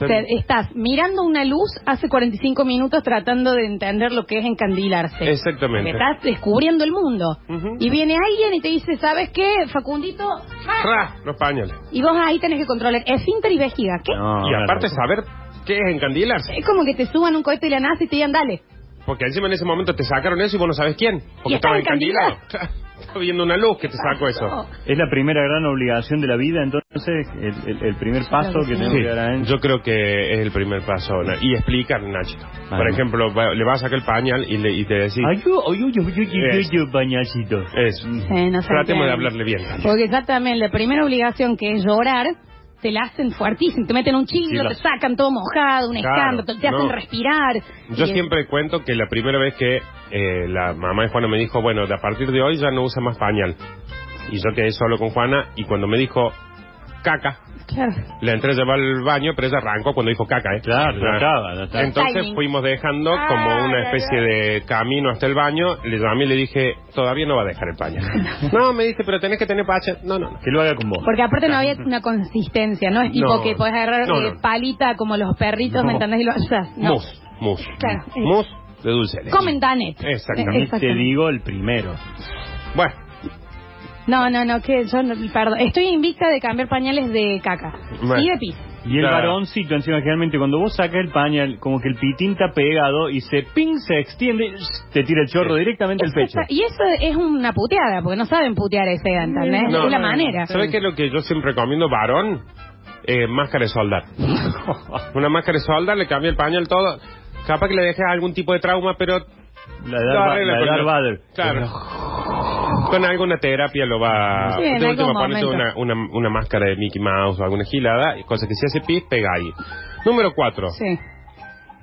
[SPEAKER 1] O sea, estás mirando una luz hace 45 minutos tratando de entender lo que es encandilarse.
[SPEAKER 3] Exactamente.
[SPEAKER 1] Porque estás descubriendo el mundo.
[SPEAKER 3] Ujú.
[SPEAKER 1] Y viene alguien y te dice, ¿sabes qué, Facundito? ¡Ah!
[SPEAKER 3] Ra, Los pañales.
[SPEAKER 1] Y vos ahí tenés que controlar esfínter y vejiga. ¿Qué?
[SPEAKER 2] No,
[SPEAKER 3] y
[SPEAKER 2] no,
[SPEAKER 3] aparte
[SPEAKER 2] no.
[SPEAKER 3] saber qué es encandilarse.
[SPEAKER 1] Es como que te suban un cohete y la NASA y te digan, dale.
[SPEAKER 3] Porque encima en ese momento te sacaron eso y vos no sabes quién.
[SPEAKER 1] Y
[SPEAKER 3] Porque
[SPEAKER 1] estaba
[SPEAKER 3] estaba encandilado. Estaba viendo una luz que te sacó eso.
[SPEAKER 1] Oh.
[SPEAKER 2] Es la primera gran obligación de la vida, entonces, el, el- el primer paso
[SPEAKER 1] que
[SPEAKER 2] que
[SPEAKER 1] sí.
[SPEAKER 2] tenemos
[SPEAKER 3] Sí,
[SPEAKER 2] que dar a él.
[SPEAKER 3] yo creo que es el primer paso. ¿no? Y explicar, Nachito.
[SPEAKER 1] Ah.
[SPEAKER 3] Por
[SPEAKER 2] Vale.
[SPEAKER 3] ejemplo, va- le vas a sacar el pañal y, le, y te decís...
[SPEAKER 2] Ay, yo, ay, yo, yo, yo, yo,
[SPEAKER 3] Es.
[SPEAKER 2] yo, bañacito.
[SPEAKER 3] Eso.
[SPEAKER 1] Eh, no sé
[SPEAKER 3] Tratemos
[SPEAKER 1] qué.
[SPEAKER 3] de hablarle bien.
[SPEAKER 1] Porque exactamente, la primera obligación que es llorar, te la hacen fuertísimo. Te meten un
[SPEAKER 2] Sí,
[SPEAKER 1] chillo,
[SPEAKER 2] lo-
[SPEAKER 1] te sacan todo mojado, un
[SPEAKER 3] Claro,
[SPEAKER 1] escándalo, te hacen
[SPEAKER 3] no.
[SPEAKER 1] respirar.
[SPEAKER 3] Yo
[SPEAKER 1] Y-
[SPEAKER 3] siempre cuento que la primera vez que eh, la mamá de Juana me dijo, bueno, de a partir de hoy ya no usa más pañal. Y yo quedé solo con Juana y cuando me dijo, caca.
[SPEAKER 1] Claro.
[SPEAKER 3] La entré a llevar al baño, pero ella arrancó cuando dijo caca, ¿eh?
[SPEAKER 2] Claro, ya estaba, ya estaba.
[SPEAKER 3] Entonces
[SPEAKER 1] Timing.
[SPEAKER 3] fuimos dejando
[SPEAKER 1] Ah,
[SPEAKER 3] como una
[SPEAKER 1] ya,
[SPEAKER 3] especie
[SPEAKER 1] ya.
[SPEAKER 3] de camino hasta el baño. Le llamé y le dije, todavía no va a dejar el pañal. no, me dice, pero tenés que tener pacha. No, no, no.
[SPEAKER 2] Que lo haga con vos.
[SPEAKER 1] Porque aparte no había una consistencia, ¿no? Es tipo
[SPEAKER 3] No.
[SPEAKER 1] que podés agarrar
[SPEAKER 3] No,
[SPEAKER 1] eh,
[SPEAKER 3] no.
[SPEAKER 1] palita como los perritos, ¿me
[SPEAKER 2] No.
[SPEAKER 1] entendés? Y lo alzás. No.
[SPEAKER 3] Mus, mus.
[SPEAKER 1] Claro. eh.
[SPEAKER 3] Mus de dulce de leche.
[SPEAKER 1] Comen Danet.
[SPEAKER 3] Exactamente.
[SPEAKER 2] Ni
[SPEAKER 1] Eh,
[SPEAKER 2] te digo el primero.
[SPEAKER 3] Bueno,
[SPEAKER 1] No, no, no, que yo, no- perdón. Estoy invicta de cambiar pañales de caca.
[SPEAKER 3] Bueno.
[SPEAKER 1] Y de pis.
[SPEAKER 2] Y el
[SPEAKER 3] Claro.
[SPEAKER 2] varoncito, encima, generalmente cuando vos sacas el pañal, como que el pitín está pegado y se ping, se extiende, te tira el chorro
[SPEAKER 3] Sí.
[SPEAKER 2] directamente al
[SPEAKER 1] Eso
[SPEAKER 2] pecho.
[SPEAKER 1] está- y eso es una puteada, porque no saben putear ese, ¿entendés?
[SPEAKER 3] No,
[SPEAKER 1] es la
[SPEAKER 3] no,
[SPEAKER 1] manera.
[SPEAKER 3] ¿sabes qué es lo que yo siempre recomiendo, varón? Eh, máscara de soldar. Una máscara de soldar, le cambia el pañal todo. Capaz que le deje algún tipo de trauma, pero
[SPEAKER 2] La
[SPEAKER 3] Lo
[SPEAKER 2] de la
[SPEAKER 3] arregla
[SPEAKER 2] de
[SPEAKER 3] con
[SPEAKER 2] Darth
[SPEAKER 3] la-
[SPEAKER 2] Vader.
[SPEAKER 3] Claro. Con alguna terapia lo va...
[SPEAKER 1] Sí, en
[SPEAKER 3] de última,
[SPEAKER 1] algún
[SPEAKER 3] ponete una,
[SPEAKER 1] momento.
[SPEAKER 3] una, una máscara de Mickey Mouse o alguna gilada, y cosa que si hace pis, pega ahí. Número cuatro.
[SPEAKER 1] Sí.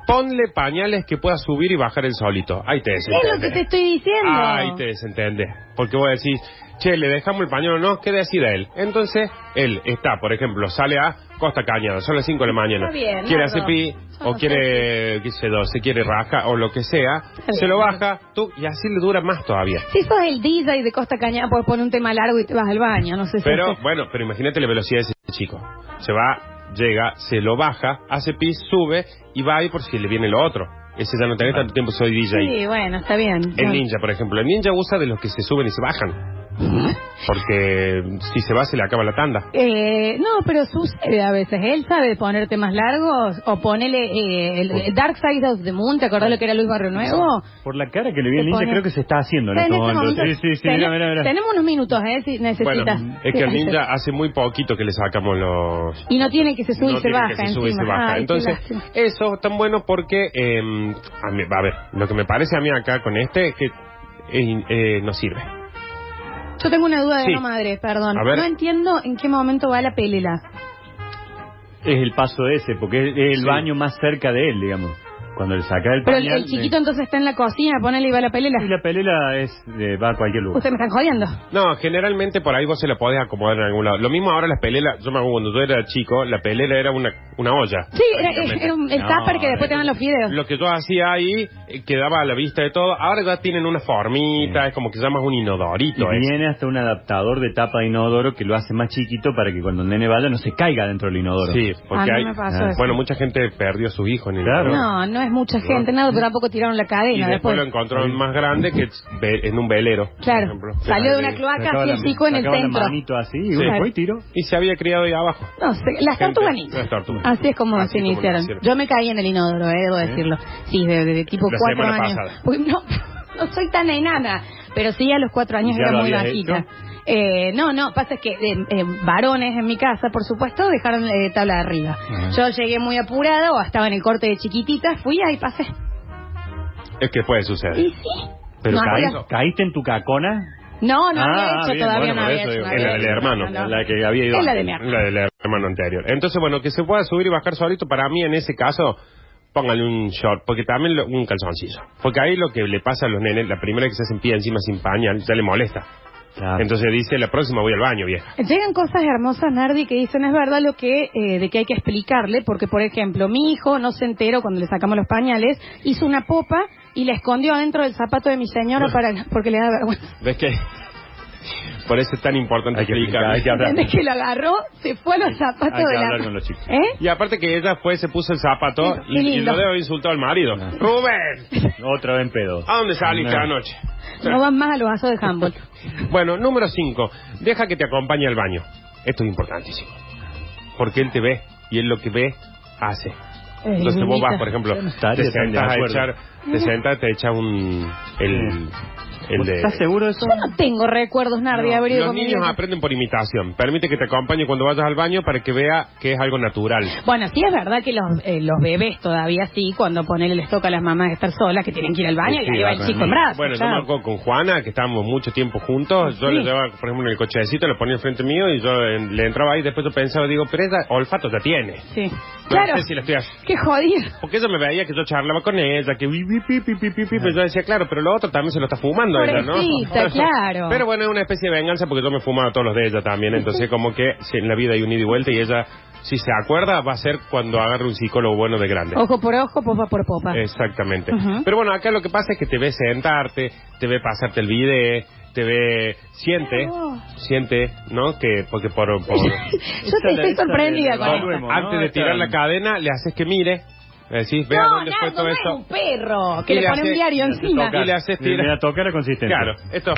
[SPEAKER 3] Ponle pañales que pueda subir y bajar el solito. Ahí te
[SPEAKER 1] ¿Qué es lo que
[SPEAKER 3] desentendés.
[SPEAKER 1] te estoy diciendo?
[SPEAKER 3] Ahí te desentendés. Porque vos decís, che, le dejamos el pañuelo, no, ¿qué decida él? Entonces, él está, por ejemplo, sale a Costa Cañada, son las 5 de la mañana.
[SPEAKER 1] Está bien,
[SPEAKER 3] quiere
[SPEAKER 1] Nardo.
[SPEAKER 3] hacer pi,
[SPEAKER 1] Yo
[SPEAKER 3] o
[SPEAKER 1] no
[SPEAKER 3] quiere, qué sé yo, se quiere raja, o lo que sea,
[SPEAKER 1] bien,
[SPEAKER 3] se lo
[SPEAKER 1] Nardo.
[SPEAKER 3] baja, tú, y así le dura más todavía.
[SPEAKER 1] Si sos el DJ de Costa Cañada, puedes poner un tema largo y te vas al baño, no sé si...
[SPEAKER 3] Pero, bueno, pero imagínate la velocidad de ese chico. Se va, llega, se lo baja, hace pi, sube, y va ahí por si le viene lo otro. Ese ya no tenés tanto tiempo, soy DJ.
[SPEAKER 1] Sí, bueno, está bien.
[SPEAKER 3] El ninja, por ejemplo. El ninja usa de los que se suben y se bajan.
[SPEAKER 1] ¿Ah?
[SPEAKER 3] Porque si se va, se le acaba la tanda.
[SPEAKER 1] Eh, no, pero sucede a veces. Él sabe ponerte más largos o ponele eh, el, el Dark Side of the Moon, ¿te acordás lo que era Luis Barrio Nuevo?
[SPEAKER 2] Por la cara que le vi al
[SPEAKER 1] Te
[SPEAKER 2] ninja,
[SPEAKER 1] pone-
[SPEAKER 2] creo que se está haciendo en
[SPEAKER 1] En
[SPEAKER 2] este
[SPEAKER 1] este
[SPEAKER 2] momento. Sí,
[SPEAKER 1] momento-
[SPEAKER 2] sí, sí,
[SPEAKER 1] Ten-
[SPEAKER 2] mira, mira, mira.
[SPEAKER 1] Tenemos unos minutos, ¿eh? Si
[SPEAKER 3] Bueno,
[SPEAKER 1] necesitas.
[SPEAKER 3] es que el
[SPEAKER 1] Sí,
[SPEAKER 3] ninja hace muy poquito que le sacamos los...
[SPEAKER 1] Y no tiene que se sube
[SPEAKER 3] no
[SPEAKER 1] y se
[SPEAKER 3] tiene
[SPEAKER 1] baja.
[SPEAKER 3] que se sube y se
[SPEAKER 1] encima.
[SPEAKER 3] baja.
[SPEAKER 1] Ay, qué
[SPEAKER 3] Entonces,
[SPEAKER 1] lástima.
[SPEAKER 3] eso es tan bueno porque... eh, a, mí- a ver, lo que me parece a mí acá con este es que eh, eh, no sirve.
[SPEAKER 1] Yo tengo una duda de
[SPEAKER 3] Sí.
[SPEAKER 1] la madre, perdón.
[SPEAKER 3] A ver.
[SPEAKER 1] No entiendo en qué momento va la pelela.
[SPEAKER 2] Es el paso ese, porque es el
[SPEAKER 3] Sí.
[SPEAKER 2] baño más cerca de él, digamos. Cuando le saca el
[SPEAKER 1] Pero
[SPEAKER 2] pañal...
[SPEAKER 1] el, el chiquito entonces está en la cocina, ponele y va la pelela.
[SPEAKER 2] eh, y la pelela es, eh, va a cualquier lugar.
[SPEAKER 1] Ustedes me están jodiendo.
[SPEAKER 3] No, generalmente por ahí vos se la podés acomodar en algún lado. Lo mismo ahora las pelelas, yo me acuerdo cuando yo era chico, la pelera era una, una olla.
[SPEAKER 1] Sí, era,
[SPEAKER 3] prácticamente.
[SPEAKER 1] era un- el
[SPEAKER 2] No,
[SPEAKER 1] tupper que después
[SPEAKER 2] eh,
[SPEAKER 1] te dan los fideos.
[SPEAKER 3] Lo que yo hacía ahí eh, quedaba a la vista de todo. Ahora ya tienen una formita,
[SPEAKER 2] Sí.
[SPEAKER 3] es como que llamas un inodorito.
[SPEAKER 2] Y
[SPEAKER 3] es.
[SPEAKER 2] viene hasta un adaptador de tapa de inodoro que lo hace más chiquito para que cuando el nene vaya no se caiga dentro del inodoro.
[SPEAKER 3] Sí,
[SPEAKER 1] Ah,
[SPEAKER 3] porque
[SPEAKER 1] no
[SPEAKER 3] hay.
[SPEAKER 1] me pasó eso.
[SPEAKER 3] Bueno, mucha gente perdió a sus hijos en el
[SPEAKER 2] Claro.
[SPEAKER 3] inodoro.
[SPEAKER 1] No, no es mucha gente, nada, pero tampoco tiraron la
[SPEAKER 3] Y
[SPEAKER 1] cadena después.
[SPEAKER 3] después lo encontraron más grande que ve- en un velero. por
[SPEAKER 1] Claro,
[SPEAKER 3] ejemplo.
[SPEAKER 1] salió de una
[SPEAKER 3] Sí.
[SPEAKER 2] Se
[SPEAKER 1] cloaca
[SPEAKER 2] acaba
[SPEAKER 1] y
[SPEAKER 2] la-
[SPEAKER 1] el pico en
[SPEAKER 2] se
[SPEAKER 1] el
[SPEAKER 2] acaba
[SPEAKER 1] centro.
[SPEAKER 2] la manito así y
[SPEAKER 3] Sí.
[SPEAKER 2] uno fue y tiró.
[SPEAKER 3] Y se había criado ahí abajo.
[SPEAKER 1] No sé, las
[SPEAKER 3] Gente,
[SPEAKER 1] tortugas
[SPEAKER 3] las
[SPEAKER 1] ninjas.
[SPEAKER 3] tortugas.
[SPEAKER 1] Así es como
[SPEAKER 3] Así
[SPEAKER 1] se
[SPEAKER 3] como
[SPEAKER 1] iniciaron.
[SPEAKER 3] nacieron.
[SPEAKER 1] Yo me caí en el inodoro, eh, debo decirlo. Sí, de, de- de tipo
[SPEAKER 3] La
[SPEAKER 1] cuatro
[SPEAKER 3] semana
[SPEAKER 1] años.
[SPEAKER 3] pasada.
[SPEAKER 1] Uy, no, no soy tan enana, pero sí a los cuatro años
[SPEAKER 2] ¿Ya
[SPEAKER 1] era
[SPEAKER 2] lo
[SPEAKER 1] muy
[SPEAKER 2] habías
[SPEAKER 1] bajita.
[SPEAKER 2] hecho?
[SPEAKER 1] Eh, no, no, pasa es que eh, eh, varones en mi casa, por supuesto, dejaron eh, tabla de arriba.
[SPEAKER 2] Ajá.
[SPEAKER 1] Yo llegué muy apurada o estaba en el corte de chiquititas, fui ahí pasé.
[SPEAKER 3] Es que puede suceder.
[SPEAKER 1] Y sí.
[SPEAKER 2] Pero
[SPEAKER 1] no,
[SPEAKER 2] caí-
[SPEAKER 1] había-
[SPEAKER 2] ¿Caíste en tu cacona?
[SPEAKER 1] no, no había
[SPEAKER 2] Ah,
[SPEAKER 1] hecho,
[SPEAKER 2] bien,
[SPEAKER 1] todavía
[SPEAKER 2] bueno,
[SPEAKER 1] no
[SPEAKER 2] por
[SPEAKER 1] había
[SPEAKER 2] eso
[SPEAKER 1] hecho.
[SPEAKER 2] digo,
[SPEAKER 1] no
[SPEAKER 3] es la
[SPEAKER 1] había
[SPEAKER 3] del
[SPEAKER 1] hecho,
[SPEAKER 3] hermano,
[SPEAKER 1] no, no.
[SPEAKER 2] La que había ido.
[SPEAKER 1] Es la de
[SPEAKER 2] antes.
[SPEAKER 1] mi hermano.
[SPEAKER 3] La del hermano anterior. Entonces, bueno, que se pueda subir y bajar solito, para mí en ese caso, póngale un short, porque también lo- un calzoncillo. Porque ahí lo que le pasa a los nenes, la primera que se hacen pie encima sin pañal, ya le molesta.
[SPEAKER 2] Claro.
[SPEAKER 3] Entonces dice, la próxima voy al baño, vieja.
[SPEAKER 1] Llegan cosas hermosas, Nardi, que dicen es verdad lo que eh, de que hay que explicarle, porque por ejemplo, mi hijo no se enteró cuando le sacamos los pañales, hizo una popa y la escondió adentro del zapato de mi señora para porque le da vergüenza.
[SPEAKER 3] ¿Ves que? Por eso es tan importante
[SPEAKER 2] Hay que
[SPEAKER 3] explicar.
[SPEAKER 2] explicar, hay que hablar.
[SPEAKER 1] ¿Entendés que lo agarró? Se fue a los
[SPEAKER 2] Hay
[SPEAKER 1] zapatos
[SPEAKER 2] que
[SPEAKER 1] de la...
[SPEAKER 2] hablar con los chicos.
[SPEAKER 1] ¿Eh?
[SPEAKER 3] Y aparte que ella fue, se puso el zapato
[SPEAKER 1] Qué
[SPEAKER 3] y, y
[SPEAKER 1] lindo.
[SPEAKER 3] no debe haber insultado al marido.
[SPEAKER 2] Ah.
[SPEAKER 3] Rubén,
[SPEAKER 2] Otra vez en pedo.
[SPEAKER 3] ¿a dónde saliste
[SPEAKER 2] No.
[SPEAKER 3] anoche?
[SPEAKER 1] No van más a los asos de handball.
[SPEAKER 3] Bueno, número 5. Deja que te acompañe al baño. Esto es importantísimo. Porque él te ve y él lo que ve hace. Entonces vos vas, por ejemplo,
[SPEAKER 2] Yo no estaría
[SPEAKER 3] te
[SPEAKER 2] tan de
[SPEAKER 3] sentas a
[SPEAKER 2] acuerdo.
[SPEAKER 3] echar, te sentas, te echa un... el... el
[SPEAKER 2] ¿Vos
[SPEAKER 3] de...
[SPEAKER 2] ¿Estás seguro de eso?
[SPEAKER 1] Yo no tengo recuerdos, Nardi, de haber ido
[SPEAKER 3] Los
[SPEAKER 1] con mi
[SPEAKER 3] niños
[SPEAKER 1] vieja.
[SPEAKER 3] aprenden por imitación. Permite que te acompañe cuando vayas al baño para que vea que es algo natural.
[SPEAKER 1] Bueno, sí es verdad que los, eh, los bebés todavía sí, cuando ponen les toca a las mamás estar solas, que tienen que ir al baño,
[SPEAKER 2] Sí,
[SPEAKER 1] y ahí va
[SPEAKER 2] va
[SPEAKER 1] el
[SPEAKER 2] con
[SPEAKER 1] chico
[SPEAKER 2] el
[SPEAKER 1] en
[SPEAKER 2] niño.
[SPEAKER 1] brazos.
[SPEAKER 3] Bueno, yo
[SPEAKER 1] claro.
[SPEAKER 3] me acuerdo con Juana, que estábamos mucho tiempo juntos. Yo
[SPEAKER 1] Sí.
[SPEAKER 3] le llevaba, por ejemplo, en el cochecito, le ponía frente mío y yo eh, le entraba ahí. Después yo pensaba, digo, pero esa olfato ya tiene.
[SPEAKER 1] Sí.
[SPEAKER 3] No
[SPEAKER 1] Claro.
[SPEAKER 3] sé si la estoy haciendo.
[SPEAKER 1] Qué jodido.
[SPEAKER 3] pues, Porque ella me veía que yo charlaba con ella, que pi, pi, pi, pi, pi, pi, pi, pero yo decía, claro, pero lo otro también se lo está fumando. llorando ella, ¿no?
[SPEAKER 1] pobrecita, claro.
[SPEAKER 3] Pero bueno, es una especie de venganza porque yo me fumaba todos los de ella también. Entonces, como que si en la vida hay un ida y vuelta y ella, si se acuerda, va a ser cuando agarre un psicólogo bueno de grande.
[SPEAKER 1] Ojo por ojo, popa por popa.
[SPEAKER 3] Exactamente.
[SPEAKER 1] Ujú.
[SPEAKER 3] Pero bueno, acá lo que pasa es que te ve sentarte, te ve pasarte el video, te ve. Siente,
[SPEAKER 1] Claro.
[SPEAKER 3] siente, ¿no? Que, porque por. por-
[SPEAKER 1] Yo te estoy sorprendida con
[SPEAKER 2] Evaluemos,
[SPEAKER 1] esto.
[SPEAKER 2] ¿no?
[SPEAKER 3] antes de
[SPEAKER 2] Esta-
[SPEAKER 3] tirar la cadena, le haces que mire, le decís, vea
[SPEAKER 1] No,
[SPEAKER 3] dónde fue
[SPEAKER 1] Nardo,
[SPEAKER 3] todo
[SPEAKER 1] no es
[SPEAKER 3] esto.
[SPEAKER 1] un perro que
[SPEAKER 3] Y
[SPEAKER 1] le
[SPEAKER 3] le
[SPEAKER 1] pone un
[SPEAKER 3] hace-
[SPEAKER 1] diario
[SPEAKER 3] le hace
[SPEAKER 1] encima.
[SPEAKER 3] tocar. Y le haces
[SPEAKER 2] Le,
[SPEAKER 3] tirar.
[SPEAKER 2] le toca la consistencia.
[SPEAKER 3] Claro, esto.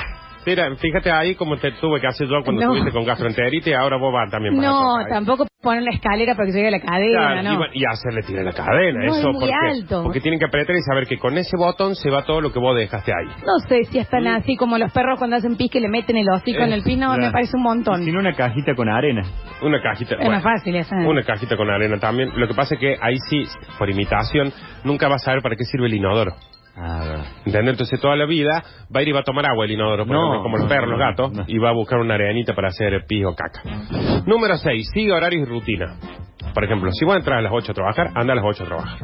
[SPEAKER 3] Mira, fíjate ahí como te tuve que hacer yo cuando
[SPEAKER 1] No.
[SPEAKER 3] estuviste con gastroenteritis y ahora vos vas también para
[SPEAKER 1] No,
[SPEAKER 3] acá, ¿eh?
[SPEAKER 1] tampoco poner la escalera para que llegue a la cadena,
[SPEAKER 3] Claro,
[SPEAKER 1] ¿no?
[SPEAKER 3] y, va- y hacerle tirar la cadena,
[SPEAKER 1] No, es
[SPEAKER 3] eso
[SPEAKER 1] muy
[SPEAKER 3] porque,
[SPEAKER 1] alto.
[SPEAKER 3] porque tienen que apretar y saber que con ese botón se va todo lo que vos dejaste ahí.
[SPEAKER 1] No sé si están
[SPEAKER 3] Mm.
[SPEAKER 1] así como los perros cuando hacen pis que le meten el hocico en el pis, no,
[SPEAKER 2] Claro.
[SPEAKER 1] me parece un montón.
[SPEAKER 2] Y Tiene una cajita con arena.
[SPEAKER 3] Una cajita.
[SPEAKER 1] Es más fácil esa.
[SPEAKER 3] Una cajita con arena también. Lo que pasa es que ahí sí, por imitación, nunca vas a saber para qué sirve el inodoro. Ah, ¿Entendés? Entonces toda la vida va a ir y va a tomar agua el inodoro, por
[SPEAKER 2] No,
[SPEAKER 3] ejemplo, como los
[SPEAKER 2] no,
[SPEAKER 3] perros,
[SPEAKER 2] no,
[SPEAKER 3] los gatos,
[SPEAKER 2] no.
[SPEAKER 3] y va a buscar una arenita para hacer pis o caca. Número 6, sigue horarios y rutina. Por ejemplo, si vos entras a las 8 a trabajar, anda a las 8 a trabajar.